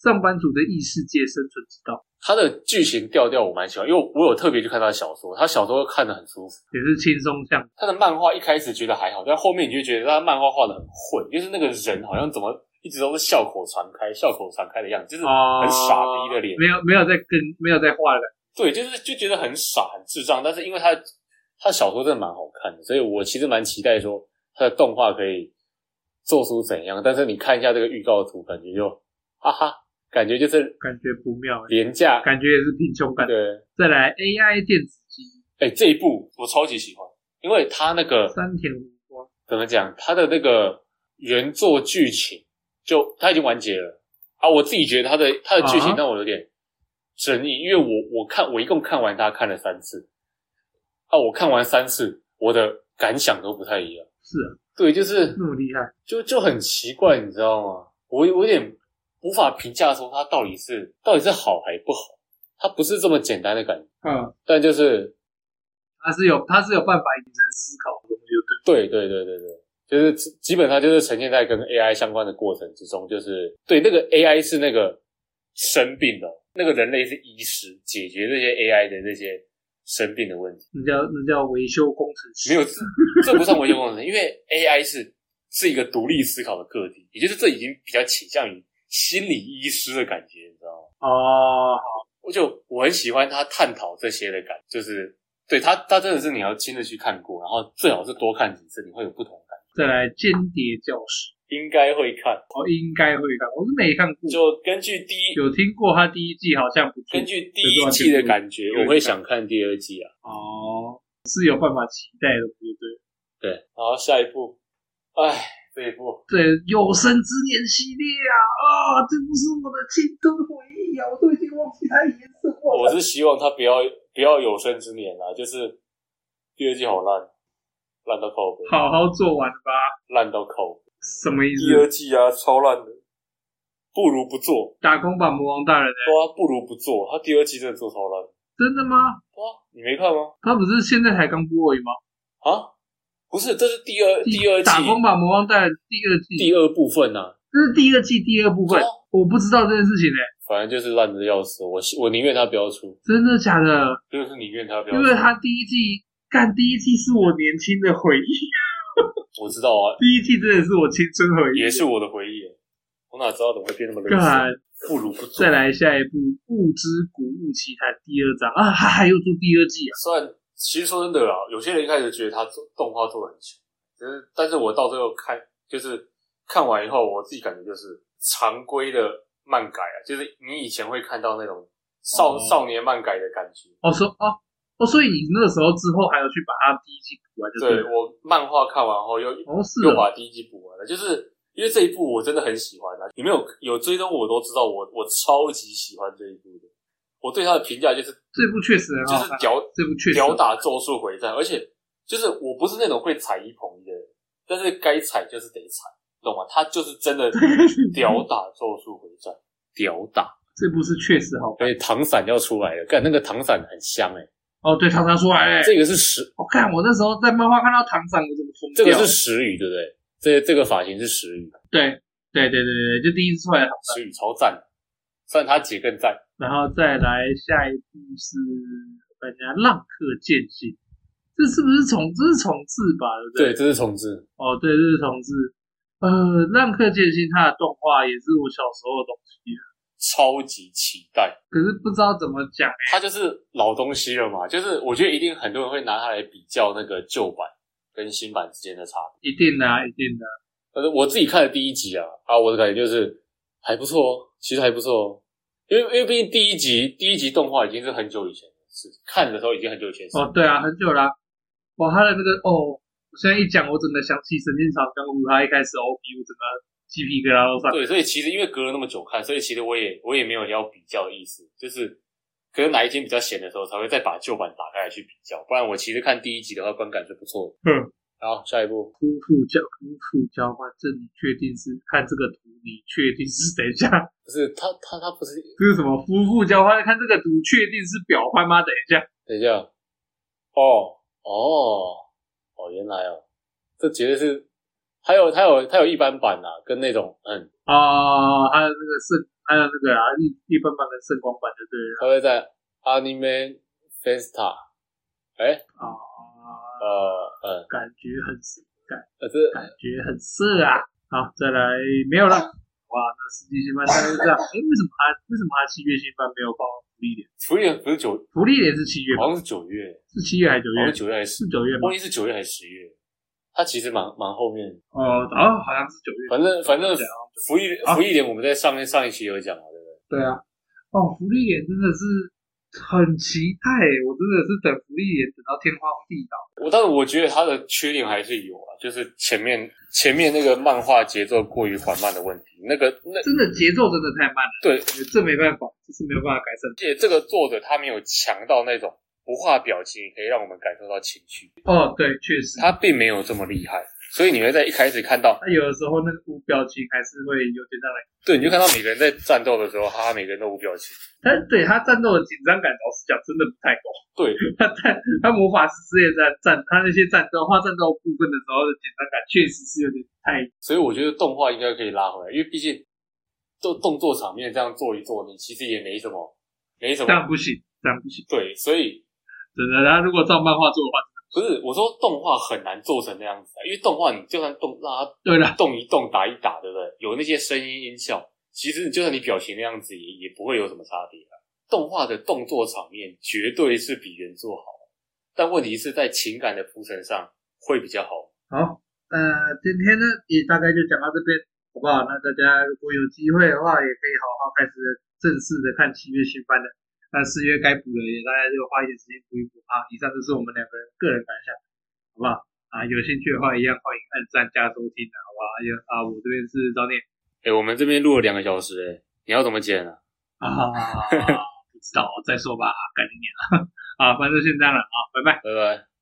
Speaker 3: 上班族的异世界生存之道，
Speaker 1: 他的剧情调调我蛮喜欢，因为我有特别去看他的小说，他小说看得很舒服。
Speaker 3: 也是轻松向
Speaker 1: 他的漫画一开始觉得还好，但后面你就觉得他漫画画的很混，就是那个人好像怎么一直都是笑口常开、笑口常开的样子，就是
Speaker 3: 啊
Speaker 1: 很傻逼的脸。
Speaker 3: 没有没有在跟没有在画了，
Speaker 1: 对，就是就觉得很傻、很智障。但是因为他他小说真的蛮好看的，所以我其实蛮期待说他的动画可以做出怎样。但是你看一下这个预告图，感觉就哈哈，感觉就是
Speaker 3: 感觉不妙、欸，
Speaker 1: 廉价。
Speaker 3: 感觉也是贫穷感。
Speaker 1: 对，
Speaker 3: 再来 AI 电子机，
Speaker 1: 哎、这一部我超级喜欢，因为他那个
Speaker 3: 山田无光，
Speaker 1: 怎么讲，他的那个原作剧情就他已经完结了啊。我自己觉得他的他的剧
Speaker 3: 啊
Speaker 1: 情让我有点争议，因为我我看我一共看完他看了三次啊，我看完三次我的感想都不太一样。
Speaker 3: 是啊，
Speaker 1: 对，就是
Speaker 3: 那么厉害，
Speaker 1: 就就很奇怪，你知道吗？我我有点无法评价说他到底是到底是好还不好，他不是这么简单的感觉，
Speaker 3: 嗯，
Speaker 1: 但就是
Speaker 3: 他是有他是有办法引人思考的东西，对，
Speaker 1: 对对对对对，就是基基本上就是呈现在跟 AI 相关的过程之中，就是对那个 AI 是那个生病的哦，那个人类是医师，解决这些 AI 的这些生病的问题。
Speaker 3: 那叫那叫维修工程师，
Speaker 1: 没有，这这不算维修工程师，因为 AI 是是一个独立思考的个体，也就是这已经比较倾向于心理医师的感觉，你知道吗？
Speaker 3: 哦，
Speaker 1: 我就我很喜欢他探讨这些的感，就是对他，他真的是你要亲自去看过，然后最好是多看几次，你会有不同感觉。
Speaker 3: 再来间谍教室，
Speaker 1: 应该会看，
Speaker 3: 我应该会看，我是没看过，
Speaker 1: 就根据第一
Speaker 3: 有听过他第一季好像不错
Speaker 1: 根，据第一季的感觉，
Speaker 3: 对
Speaker 1: 我会想看第二季啊。
Speaker 3: 哦，是有办法期待的，对不对？
Speaker 1: 对，然后下一部，哎，这一部
Speaker 3: 对，有生之年系列啊啊，这不是我的青春回忆啊，我都已经忘记它的颜色了。
Speaker 1: 我是希望他不要不要有生之年啦、就是第二季好烂，烂到靠背，
Speaker 3: 好好做完吧，
Speaker 1: 烂到靠背。
Speaker 3: 什么意
Speaker 2: 第
Speaker 3: 思？
Speaker 2: 二季啊，超烂的。
Speaker 1: 不如不做，
Speaker 3: 打工吧，魔王大人、欸，
Speaker 1: 对啊，不如不做。他第二季真的做超烂，
Speaker 3: 真的吗？
Speaker 1: 哇，你没看吗？
Speaker 3: 他不是现在才刚播而已吗？
Speaker 1: 啊，不是，这是第二第二季
Speaker 3: 打工吧，魔王大人第二季，
Speaker 1: 第二部分啊呐、
Speaker 3: 这是第二季第二部分
Speaker 1: 哦，
Speaker 3: 我不知道这件事情欸呢、
Speaker 1: 反正就是烂的要死。我希我宁愿他不要出，
Speaker 3: 真的假的？
Speaker 1: 就是宁愿他不要出。
Speaker 3: 因为他第一季，干第一季是我年轻的回忆，
Speaker 1: 我知道啊，
Speaker 3: 第一季真的是我青春回忆，
Speaker 1: 也是我的回忆。啊我哪知道怎么会变那么冷
Speaker 3: 干
Speaker 1: 血？。不如不做。
Speaker 3: 再来下一部《物之古物奇谭》第二章啊，他还有做第二季啊，
Speaker 1: 算其实说真的啦，有些人一开始觉得他做动画做的很强，可是但是我到最后看，就是看完以后，我自己感觉就是常规的漫改啊，就是你以前会看到那种少、
Speaker 3: 哦
Speaker 1: 少年漫改的感觉。
Speaker 3: 哦，说哦哦，所以你那个时候之后还有去把它第一季补完，就
Speaker 1: 对
Speaker 3: 了。
Speaker 1: 我漫画看完后又、
Speaker 3: 哦，是
Speaker 1: 又
Speaker 3: 哦，
Speaker 1: 把第一季补完了，就是因为这一部我真的很喜欢啊！你们有有追踪我都知道我，我超级喜欢这一部的。我对他的评价就是
Speaker 3: 这部确实很
Speaker 1: 就
Speaker 3: 好
Speaker 1: 是
Speaker 3: 看，
Speaker 1: 屌
Speaker 3: 这部啊确实
Speaker 1: 屌 打咒术回战，而且就是我不是那种会踩一捧一的人，但是该踩就是得踩，懂吗？他就是真 的屌打咒术回战，屌打。
Speaker 3: 这部是确实好看。
Speaker 1: 哎、糖伞要出来了，干那个糖伞很香哎、
Speaker 3: 哦，对，唐三出来嘞。
Speaker 1: 这个是石，
Speaker 3: 我看我那时候在漫画看到唐三，我整个疯
Speaker 1: 这
Speaker 3: 掉。
Speaker 1: 个是石宇对不对？这这个发型是石宇，
Speaker 3: 对对对对对，就第一次出来的唐三。
Speaker 1: 石宇超赞的，虽然他姐更赞。
Speaker 3: 然后再来下一部是人家浪客剑心，这是不是重这是重置吧？对不
Speaker 1: 对，
Speaker 3: 对？
Speaker 1: 这是重置。
Speaker 3: 哦，对，这是重置。呃，浪客剑心它的动画也是我小时候的东西，啊
Speaker 1: 超级期待。
Speaker 3: 可是不知道怎么讲欸
Speaker 1: 它就是老东西了嘛，就是我觉得一定很多人会拿它来比较那个旧版跟新版之间的差别。
Speaker 3: 一定的、啊，一定的啊、
Speaker 1: 但是我自己看了第一集啊，啊，我的感觉就是还不错，哦，其实还不错，哦，因为因为毕竟第一集第一集动画已经是很久以前的事，看的时候已经很久以前的事。
Speaker 3: 哦，对啊，很久啦、哇，他的那个哦，我现在一讲，我整个想起《神剑闯江湖》，他一开始 OP，我整个鸡皮疙瘩都上。
Speaker 1: 对，所以其实因为隔了那么久看，所以其实我也我也没有要比较的意思，就是可能哪一天比较闲的时候才会再把旧版打开来去比较，不然我其实看第一集的话观感是不错的。
Speaker 3: 嗯，
Speaker 1: 好，下一步。
Speaker 3: 夫妇交夫妇交换，这你确定是看这个图？你确定是等一下？
Speaker 1: 不是他他他不是
Speaker 3: 这是什么夫妇交换？看这个图，确定是表换吗？等一下，
Speaker 1: 等一下哦哦哦，原来哦，这绝对是还有还有还有一般版啊，跟那种嗯，
Speaker 3: 哦，还有那个圣，还有那个啊，一一般般跟圣光版就对了
Speaker 1: 他会在 Anime Festa，哎、
Speaker 3: 啊、
Speaker 1: 呃嗯
Speaker 3: 感觉很感
Speaker 1: 呃这
Speaker 3: 感觉很色啊。好，再来没有了。
Speaker 1: 嗯
Speaker 3: 哇，那实际新番大 概是这样。哎、为什么他为什么他七月新番没有放福利点？
Speaker 1: 福利不是九，
Speaker 3: 福利点是七月吧
Speaker 1: 好？像是九月，
Speaker 3: 是七月还是九
Speaker 1: 好像
Speaker 3: 月
Speaker 1: 是？九月还是
Speaker 3: 是九月吗
Speaker 1: 忘？记是九月还是十月，它其实蛮蛮后面的。
Speaker 3: 哦哦，好像是九月。
Speaker 1: 反正反正
Speaker 3: 对啊
Speaker 1: 福利
Speaker 3: 啊
Speaker 1: 福利点我们在上面上一期有讲嘛，对不对？
Speaker 3: 对啊，哦，福利点真的是很期待，我真的是等福利点等到天荒地老。
Speaker 1: 我但是我觉得它的缺点还是有啊，就是前面前面那个漫画节奏过于缓慢的问题。那个那
Speaker 3: 真的节奏真的太慢了，
Speaker 1: 对，
Speaker 3: 这没办法，这是没有办法改正的。
Speaker 1: 这这个作者他没有强到那种不画表情也可以让我们感受到情绪，
Speaker 3: 哦，对，确实，
Speaker 1: 他并没有这么厉害，所以你会在一开始看到，
Speaker 3: 他有的时候那个无表情还是会有点让人，
Speaker 1: 对，你就看到每个人在战斗的时候，哈哈，每个人都无表情。
Speaker 3: 但是对他战斗的紧张感，老实讲真的不太够。
Speaker 1: 对，
Speaker 3: 他在他魔法师之夜在战，他那些战斗画战斗部分的时候的紧张感，确实是有点太
Speaker 1: 所以我觉得动画应该可以拉回来，因为毕竟动动作场面这样做一做，你其实也没什么，没什
Speaker 3: 这样
Speaker 1: 么。
Speaker 3: 不行，这样不行，
Speaker 1: 对，所以
Speaker 3: 真的。他如果照漫画做的话，
Speaker 1: 不是我说动画很难做成那样子啊，因为动画你就算动让
Speaker 3: 对了
Speaker 1: 它，动一动、打一打，对不对？有那些声音音效，其实就算你表情那样子也，也不会有什么差别啊。动画的动作场面绝对是比原作好，但问题是在情感的铺陈上会比较好。
Speaker 3: 好，呃，今天呢也大概就讲到这边，好不好？啊那大家如果有机会的话，也可以好好开始正式的看七月新番的。那四月该补的也大家就花一点时间补一补啊。以上就是我们两个人个人感想，好不好？啊，有兴趣的话一样欢迎按赞加收听的，好不好？也啊，我这边是张念
Speaker 1: 哎、我们这边录了两个小时、哎，你要怎么剪啊？
Speaker 3: 啊，不知道再说吧，赶紧点啊，反正先这样了啊，拜拜。
Speaker 1: 拜拜。